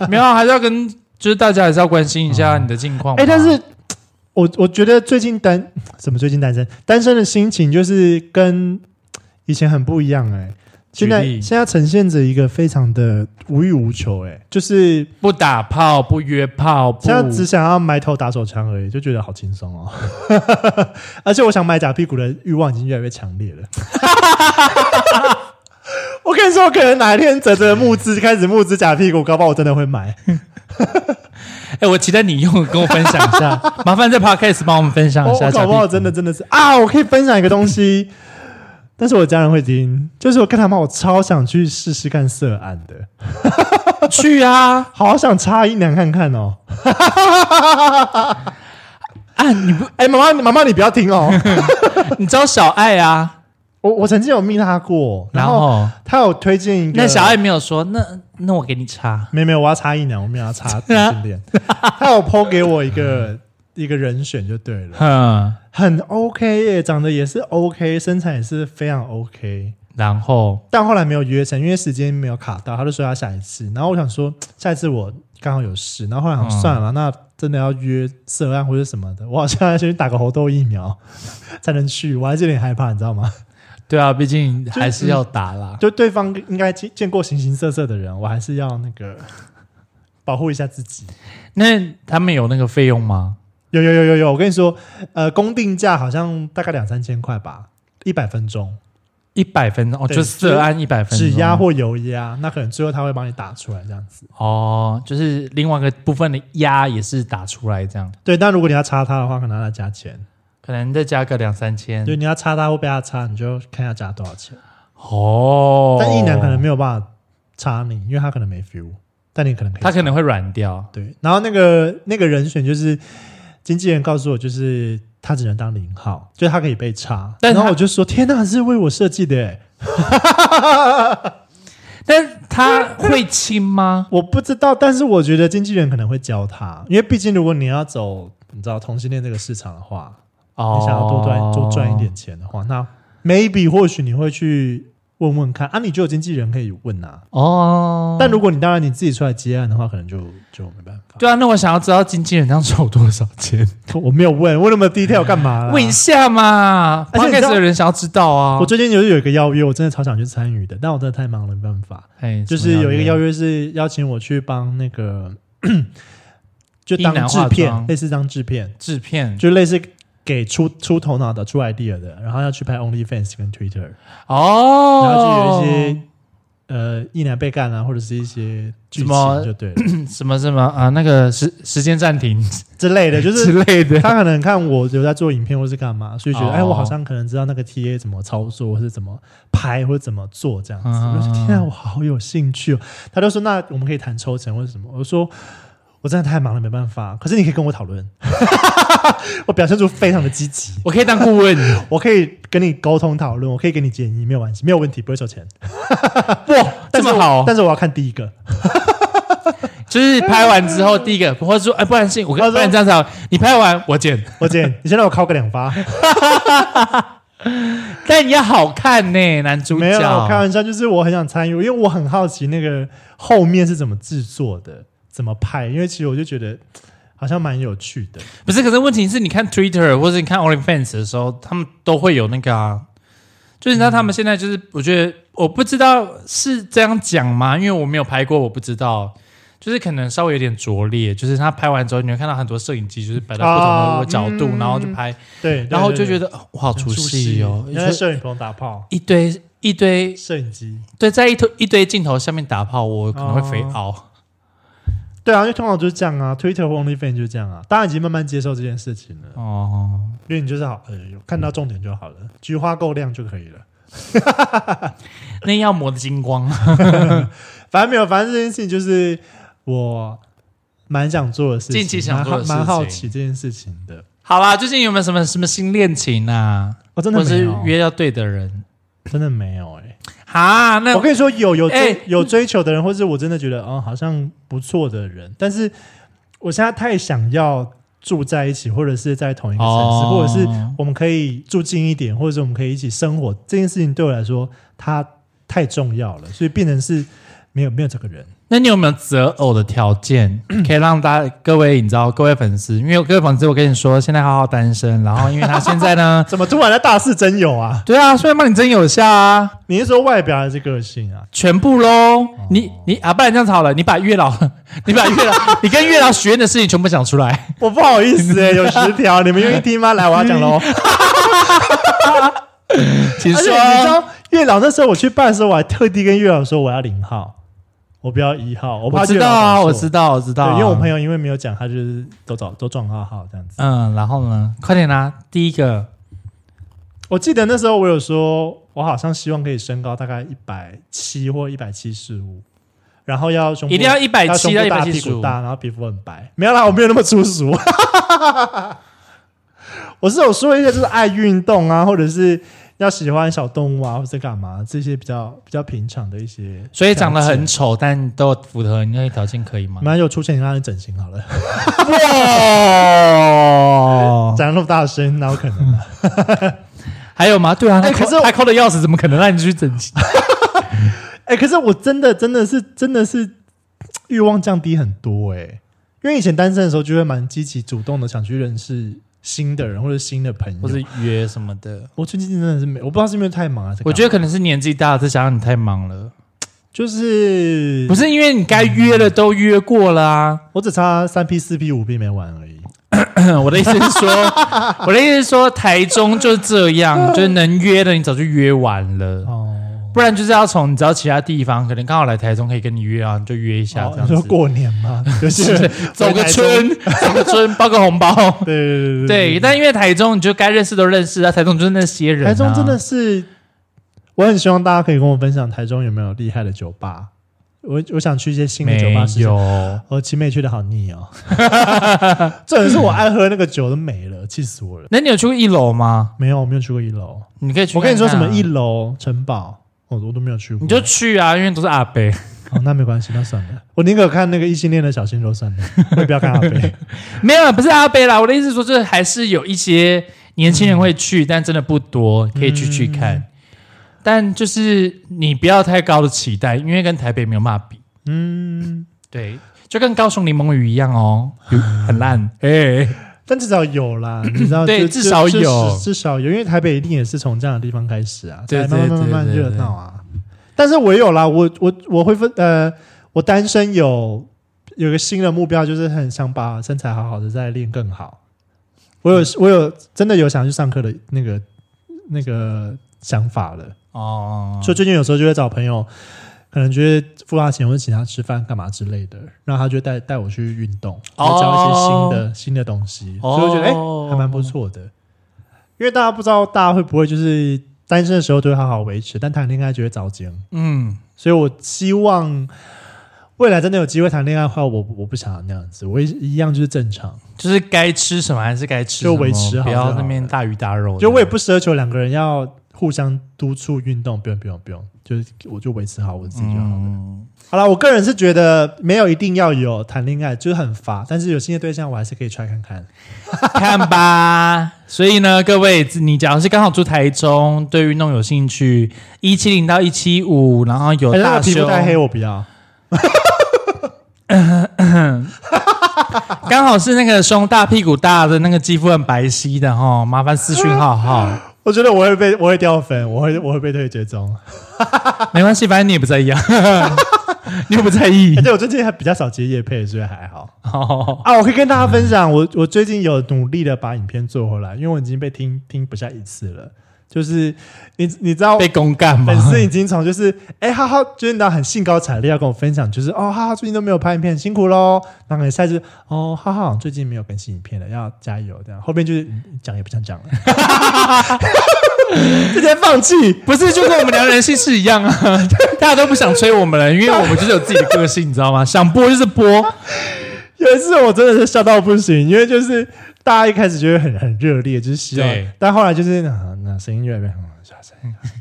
A: 没有啊，还是要跟，就是大家还是要关心一下你的近况吧。
B: 哎、但是我我觉得最近单什么最近单身单身的心情就是跟以前很不一样哎、
A: 举
B: 现
A: 例
B: 在现在呈现着一个非常的无欲无求哎、就是
A: 不打炮，不约炮，不
B: 现在只想要埋头打手枪而已，就觉得好轻松哦。 而且我想买假屁股的欲望已经越来越强烈了。 我跟你说，我可能哪一天泽泽募资开始募资假屁股，搞不好我真的会买。
A: 哎、我期待你用，跟我分享一下， 麻烦在 podcast 帮我们分享
B: 我
A: 一下
B: 哦我
A: 小
B: 搞
A: 弟。
B: 不好真的真的是啊，我可以分享一个东西，但是我家人会听。就是我跟他们，我超想去试试看色案的，
A: 去啊！
B: 好想插一娘看看哦。
A: 啊，你不，
B: 哎、妈妈，妈妈，你不要听哦。
A: 你知道小爱啊？
B: 我我曾经有密他过，然
A: 然
B: 后
A: 后
B: 他有推荐一个，
A: 那小爱没有说，那那我给你插。
B: 没有没有，我要插一娘，我没有要
A: 啊
B: 插同性恋。他有 PO 给我一个一个人选就对了，
A: 哼，
B: 很 OK 耶，长得也是 OK，身材也是非常 OK。
A: 然后
B: 但后来没有约成，因为时间没有卡到，他就说要下一次。然后我想说，下一次我刚好有事。然后后来想
A: 嗯
B: 算了，那真的要约涉案或者什么的，我好像要先去打个猴痘疫苗 才能去。我还是有点害怕，你知道吗？
A: 对啊，毕竟还是要打啦。
B: 就对方应该见见过形形色色的人，我还是要那个保护一下自己。
A: 那他们有那个费用吗？
B: 有有有有有，我跟你说，呃，公定价好像大概两三千块吧，一百分钟，
A: 一百分钟哦，
B: 对
A: 就色按一百分钟。
B: 指压或油压，那可能最后他会帮你打出来这样子。
A: 哦，就是另外一个部分的压也是打出来这样，
B: 对，但如果你要插它的话，可能要再加钱。
A: 可能再加个两三千。
B: 对，你要插它或被它插，你就看要加多少钱。
A: 哦，
B: 但一男可能没有办法插你，因为他可能没 feel，但你可能可以插。
A: 他可能会软掉。
B: 对，然后那个那个人选就是经纪人告诉我，就是他只能当零号，就是他可以被插。
A: 但
B: 然后
A: 他
B: 我就说，天哪，是为我设计的欸耶，
A: 但他会亲吗？
B: 我不知道，但是我觉得经纪人可能会教他，因为毕竟如果你要 走，你知道同性恋这个市场的话，
A: 哦
B: 你想要多赚多赚一点钱的话，那 maybe 或许你会去问问看啊，你就有经纪人可以问啊。
A: 哦，
B: 但如果你当然你自己出来接案的话，可能就就没办法。
A: 对啊，那我想要知道经纪人这样收我多少钱，
B: 我没有问，问那么低调干嘛啦？
A: 问一下嘛。
B: 啊而且你知
A: podcast
B: 道
A: 的人想要知道啊。
B: 我最近有有一个邀约，我真的超想去参与的，但我真的太忙了，没办法。
A: 哎，
B: 就是有一个邀
A: 约，
B: 约是邀请我去帮那个， 就
A: 一男
B: 当制
A: 化
B: 片，
A: 妆
B: 类似当制片，
A: 制片
B: 就类似给出出头脑的、出 idea 的，然后要去拍 OnlyFans 跟 Twitter，
A: 哦，
B: 然后就有一些呃一男被干啊，或者是一些剧
A: 什么
B: 情就对了
A: 什么什么啊，那个时时间暂停
B: 之类的，就
A: 之
B: 是。
A: 类的。
B: 他可能看我有在做影片或是干嘛，所以觉得
A: 哦
B: 哎、我好像可能知道那个 TA 怎么操作，或是怎么拍，或者怎么做这样子。
A: 嗯
B: 我就说天啊，我好有兴趣哦。他就说那我们可以谈抽成或者什么。我说我真的太忙了，没办法。可是你可以跟我讨论。 我表现出非常的积极，
A: 我可以当顾问，
B: 我可以跟你沟通讨论，我可以给你建议，没有关系，没有问题，不会收钱。
A: 哇，这
B: 但是我
A: 么好，
B: 但是我要看第一个。
A: 就是拍完之后第一个，或者说，哎，不然是我
B: 他说
A: 跟不然这样子好了，你拍完我 剪，
B: 我姐，你先让我敲个两发。
A: 但也好看呢，男主角。
B: 没有啦，我开玩笑，就是我很想参与，因为我很好奇那个后面是怎么制作的，怎么拍，因为其实我就觉得好像蛮有趣的。
A: 不是，可是问题是你看 Twitter 或者你看 OnlyFans 的时候，他们都会有那个啊，就是你知道他们现在就是，我觉得我不知道是这样讲吗？因为我没有拍过，我不知道。就是可能稍微有点拙劣，就是他拍完之后，你会看到很多摄影机，就是摆到
B: 啊
A: 不同的角度，
B: 嗯
A: 然后就拍，
B: 对，
A: 然后就觉
B: 得
A: 得哦我好出戏哦，
B: 你
A: 就
B: 在
A: 是
B: 摄影棚打炮，
A: 一堆一堆
B: 摄影机。
A: 对，在一堆一堆镜头下面打炮，我可能
B: 哦
A: 会肥凹。
B: 对啊，因为通常就是这样啊，Twitter 或 OnlyFans 就是这样啊，大家已经慢慢接受这件事情了，
A: 哦，
B: 因为你就是好，呃，有看到重点就好了，菊花够亮就可以了。
A: 那要磨的精光。
B: 反正没有，反正这件事情就是我蛮想做的事情，
A: 近期想做的事情
B: 蛮蛮好奇这件事情的。
A: 好啦，最近有没有什么什么新恋情啊？
B: 我、真
A: 或
B: 的
A: 是
B: 没有，
A: 约到对的人
B: 真的没有哎、
A: 哈，那
B: 我跟你说，有有追、
A: 哎
B: 有追求的人，或是我真的觉得哦，好像不错的人，但是我现在太想要住在一起，或者是在同一个城市，
A: 哦
B: 或者是我们可以住近一点，或者是我们可以一起生活，这件事情对我来说它太重要了，所以变成是没有没有这个人。，
A: 那你有没有择偶的条件，可以让大家各位你知道各位粉丝，因为各位粉丝，我跟你说，现在浩浩单身，然后因为他现在呢
B: 怎么突然在大四真有啊？
A: 对啊，虽然帮你真有效啊，
B: 你是说外表还是个性啊？
A: 全部喽，你你啊，不然这样子好了，你把月老， 你把月老， 你跟月老许愿的事情全部讲出 来，
B: 我不好意思哎、有十条，你们愿意听吗？来，我要讲喽。
A: 请
B: 而且
A: 说。啊
B: 你知道月老那时候我去办的时候，我还特地跟月老说我要零号，我不要一号，我怕
A: 我知
B: 月老
A: 道啊，
B: 搞错
A: 我知道，我知道啊、
B: 对，因为我朋
A: 友
B: 友因为没有讲，他就是都找都撞号号这样子。
A: 嗯，然后呢，快点啦，第一个
B: 我记得那时候我有说，我好像希望可以身高大概一百七或一百七十五，然后要胸部
A: 一定要一百七到
B: 胸
A: 一
B: 部
A: 百
B: 大
A: 七
B: 屁
A: 十
B: 股
A: 五，
B: 大，然后皮肤很白。没有啦，我没有那么粗俗。 我是有说一些就是爱运动啊，或者是要喜欢小动物啊，或者干嘛这些比较比较平常的一些。
A: 所以长得很丑，但都符合你那个条件，可以吗？
B: 蛮有出钱，让你整形好了。
A: 哇！
B: 讲得那么大声，哪有可能啊？
A: 还有吗？对啊，
B: 哎
A: 他抠
B: 可是我
A: 他抠的要死，怎么可能让你去 整形？
B: 哎、可是我真的真的是真的是欲望降低很多哎、因为以前单身的时候就会蛮积极主动的想去认识新的人或者新的朋友。
A: 或是约什么的？
B: 我最近真的是没，我不知道是因为太忙啊。
A: 我觉得
B: 得
A: 可能是年纪大，再加上你太忙了，
B: 就是
A: 不，是因为你该约的都约过了啊。
B: 我只差三 P 四 P 五 P 没玩而已。
A: 我的意思是 说，我的意思是说，台中就是这 样，就是能约的你早就约完了，
B: 哦，
A: 不然就是要从你知道其他地方，可能刚好来台中可以跟你约啊，你就约一下这
B: 你
A: 样
B: 说
A: 子。
B: 过年嘛， 就是
A: 是走个村，走个村，包个红包。
B: 对 对对
A: 对，但因为台中，你就该认识都认识啊，台中就是那些人、啊。
B: 台中真的是，我很希望大家可以跟我分享台中有没有厉害的酒吧。我我想去一些新的
A: 没
B: 酒吧试试看。
A: 有，
B: 我奇美去的好腻哦， 重点是我爱喝那个酒都没了，气死我了。
A: 那你有去过一楼吗？
B: 没有，我没有去过一楼。
A: 你可以去
B: 我
A: 看看啊。
B: 跟你说什么一楼城堡，我我都没有去过。
A: 你就去啊，因为都是阿伯。
B: 哦，那没关系，那算了，我宁可看那个异性恋的小鲜肉算了，我也不要看阿贝。
A: 没有，不是阿伯啦，我的意思是说，这还是有一些。年轻人会去，但真的不多，可以去去看。
B: 嗯
A: 但就是你不要太高的期待，因为跟台北没有办法比。
B: 嗯，
A: 对，就跟高雄柠檬雨一样哦，有很 烂。哎、
B: 但至少有 啦，你知道？
A: 对
B: 就
A: 至少
B: 就
A: 有
B: 至至少有，因为台北一定也是从这样的地方开始啊，
A: 对
B: 才慢慢
A: 对
B: 慢慢
A: 对对
B: 热闹啊。但是我也有啦，我我我会分呃，我单身有有个新的目标，就是很想把身材好好的再练更好。我
A: 嗯
B: 有我有真的有想去上课的那个那个想法了。
A: 哦，
B: 所以最近有时候就会找朋友，可能觉得付他钱或者请他吃饭干嘛之类的，然后他就带带我去运动，
A: 哦
B: 我教一些新的、新的东西，
A: 哦
B: 所以我觉得哎、诶还蛮不错的。因为大家不知道大家会不会就是单身的时候都会好好维持，但谈恋爱就会着急，
A: 嗯，
B: 所以我希望未来真的有机会谈恋爱的话，我我不想要那样子，我一一样就是正常。
A: 就是该吃什么还是该吃什
B: 就
A: 么，
B: 维持
A: 不
B: 好就好
A: 要
B: 了
A: 那边大鱼大肉的。
B: 就我也不奢求两个人要互相督促运动，不用不用不用，就是我就维持好我自己就好了。
A: 嗯，
B: 好了，我个人是觉得没有一定要有谈恋爱，就是很乏，但是有新的对象，我还是可以 try 看看。
A: 看吧。 所以呢，各位，你假如是刚好住台中，对运动有兴趣，一七零到一七五，然后有
B: 哎那
A: 大
B: 个皮
A: 胸
B: 肤，太黑，我不要。
A: 刚好是那个胸大、屁股大的那个肌肤很白皙的哈，麻烦私讯浩浩，
B: 我觉得我会被我会掉粉，我会我会被退追踪。
A: 没关系，反正你也不在意啊， 你又不在意
B: 哎而。且我最近还比较少接夜配，所以还好
A: 哦，
B: 啊。我可以跟大家分享，我我最近有努力的把影片做回来，因为我已经被听听不下一次了。就是你你知道
A: 被公干吗
B: 粉？丝已经从就是哎、哈哈，就是你知道很兴高采烈要跟我分享，就是哦哈哈，最近都没有拍影片，辛苦喽。然后可能下一次哦哈哈，最近没有更新影片了，要加油这样。后面就是嗯讲也不想讲了， 直接放弃。
A: 不是，就跟我们聊人性事一样啊， 大家都不想催我们了，因为我们就是有自己的个性，你知道吗？想播就是播，
B: 有一次我真的是笑到不行，因为就是大家一开始觉得很很热烈，就是希望
A: 对，
B: 但后来就是啊，那声音越来越好。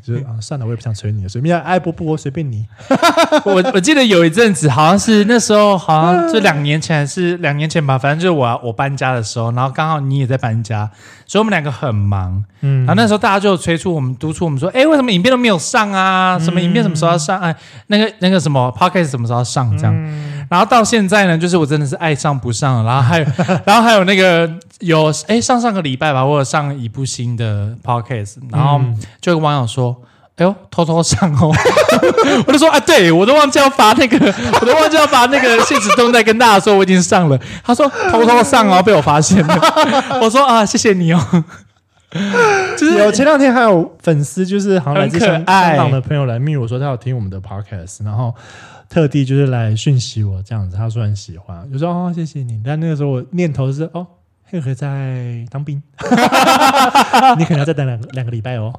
B: 就是 啊，算了，我也不想催你了，随便爱播不播，随便你。
A: 我我记得有一阵子，好像是那时候，好像就两年前还是两年前吧，反正就是我我搬家的时候，然后刚好你也在搬家，所以我们两个很忙。
B: 嗯
A: 然后那时候大家就有催促我们，督促我们说：“哎，为什么影片都没有上啊？什么影片什么时候要上？哎，那个那个什么 podcast 什么时候要上？”这样。然后到现在呢，就是我真的是爱上不上了。然后还有， 然后还有那个有哎上上个礼拜吧，我有上一部新的 podcast，然后
B: 嗯
A: 就有个网友说。哎呦，偷偷上哦！ 我就说啊，对我都忘记要发那个，我都忘记要发那个现实动态跟大家说我已经上了。他说偷偷上哦，被我发现了。 我说啊，谢谢你哦。就是
B: 有前两天还有粉丝，就是好像来自
A: 很可
B: 香
A: 爱
B: 香港的朋友来密我说他有听我们的 podcast，然后特地就是来讯息我这样子，他说很喜欢，我说哦谢谢你，但那个时候我念头是哦。黑河在当兵， 你可能要再等两个两个礼拜哦。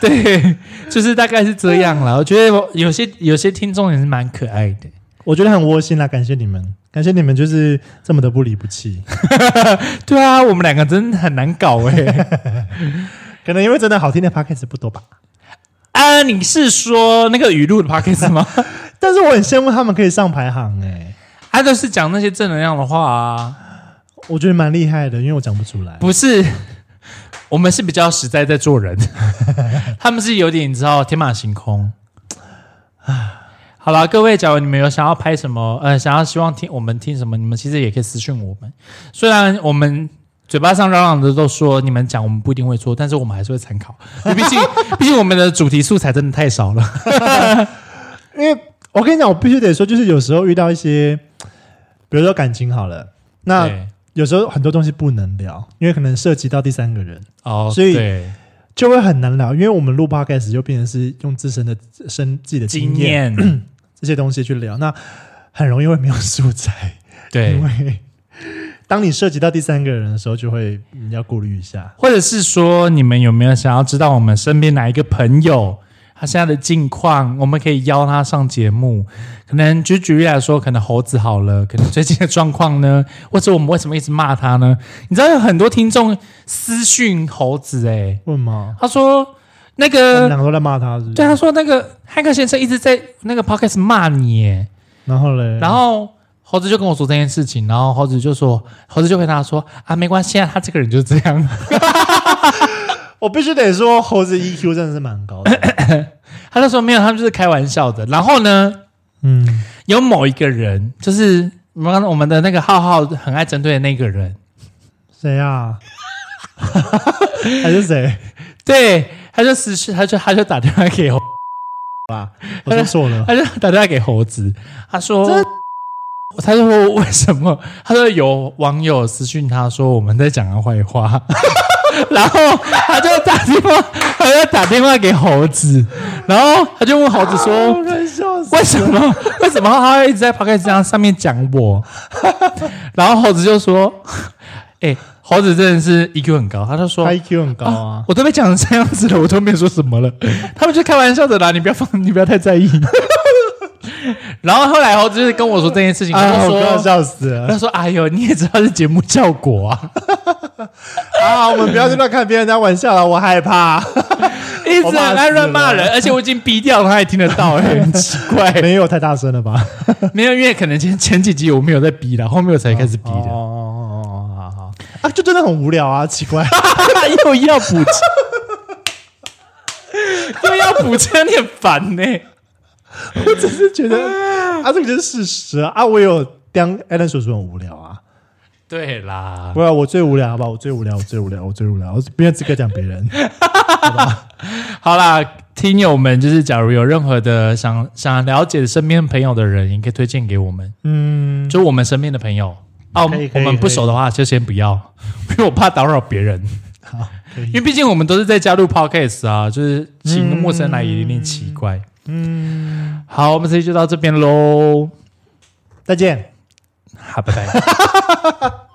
A: 对，就是大概是这样啦。我觉得我有些有些听众也是蛮可爱的，
B: 我觉得很窝心啦，感谢你们，感谢你们就是这么的不离不弃。
A: 对啊，我们两个真的很难搞哎、
B: 可能因为真的好听的 podcast 不多吧，
A: 啊，你是说那个语录的 podcast 吗？
B: 但是我很羡慕他们可以上排行哎、
A: 他就是讲那些正能量的话啊，
B: 我觉得蛮厉害的，因为我讲不出来。
A: 不是。我们是比较实在在做 人，他们是有点你知道天马行空。好了，各位，假如你们有想要拍什么，呃，想要希望听我们听什么，你们其实也可以私讯我们。虽然我们嘴巴上嚷嚷的都说你们讲，我们不一定会做，但是我们还是会参考。因为毕竟，毕竟我们的主题素材真的太少了。
B: 因为我跟你讲，我必须得说，就是有时候遇到一些，比如说感情好了，那
A: 对
B: 有时候很多东西不能聊，因为可能涉及到第三个人，
A: 哦，
B: 所以
A: 对
B: 就会很难聊。因为我们录 podcast 就变成是用自身的身自己的经
A: 经
B: 验
A: 验，
B: 这些东西去聊，那很容易会没有素材，
A: 对
B: 因，为当你涉及到第三个人的时候，就会你要顾虑一下。
A: 或者是说，你们有没有想要知道我们身边哪一个朋友他现在的近况？我们可以邀他上节目。可能举举例来说，可能猴子好了，可能最近的状况呢， 或者我们为什么一直骂他呢？你知道有很多听众私讯猴子、欸，
B: 问吗？
A: 他说那
B: 我们
A: 个，
B: 两个都在骂他是不是？
A: 对，他说那个汉克先生一直在那个 podcast 骂你、欸，
B: 然后嘞，
A: 然后猴子就跟我说这件事情，然后猴子就说，猴子就回答说啊，没关系啊，他这个人就是这样。
B: 我必须得说，猴子 EQ 真的是蛮高的。
A: 他那时候没有，他们就是开玩笑的。然后呢，
B: 嗯，
A: 有某一个人，就是我们我们的那个浩浩很爱针对的那个人，
B: 谁啊？ 还是谁？
A: 对，他就私讯，他就他就打电话给猴，
B: 我说错了。
A: 他就打电话给猴子，他说
B: 真的，
A: 他就说为什么？他说有网友私讯他说我们在讲他坏话， 然后他就打电话，他就打电话给猴子，然后他就问猴子说。
B: 哎我快笑死！
A: 为什么？为什么他会一直在 p o d c a 上上面讲我？ 然后猴子就说：“ 哎、猴子真的是 EQ 很高。”他就说
B: 他 EQ 很高啊。
A: 我都被讲成这样子了，我都没有说什么了。他们就开玩笑的啦，你不要放， 你不要太在意。然后后来猴子就是跟我说这件 事情，他
B: 啊！
A: 就
B: 我快要
A: 说。
B: 笑死了。
A: 他说：“哎呦，你也知道是节目效果啊，
B: 啊！我们不要去乱开别人家玩笑了，我害 怕。
A: 一直
B: 我怕
A: 很爱乱
B: 死
A: 骂
B: 了
A: 人，而且我已经逼掉了，他也听得 到、哎，很奇怪。
B: 没有太大声了吧？
A: 没有，因为可能前前几集我没有在逼了，后面我才开始逼
B: 哦
A: 的。
B: 哦哦，好好啊，就真的很无聊啊，奇怪。
A: 又要 补钱，又要补钱，你很烦呢、
B: 我只是觉得啊，这个就是事实啊。啊我有当 Alan 叔叔很无聊啊，
A: 对啦，
B: 不要我最无聊好吧？我最无聊，我最无聊，我最无聊，我没有资格讲别人。
A: 好啦，听友们，就是假如有任何的想想了解身边朋友的人，也可以推荐给我们，
B: 嗯，
A: 就我们身边的朋友。啊，我
B: 可以
A: 们
B: 可
A: 我
B: 以
A: 们不熟的话就先不要， 因为我怕打扰别人，
B: 好，可
A: 因
B: 以。
A: 为毕竟我们都是在加入 podcast 啊，就是请陌生来也有点奇怪。
B: 嗯，
A: 好，我们这期就到这边喽，
B: 再见。
A: 好，拜拜。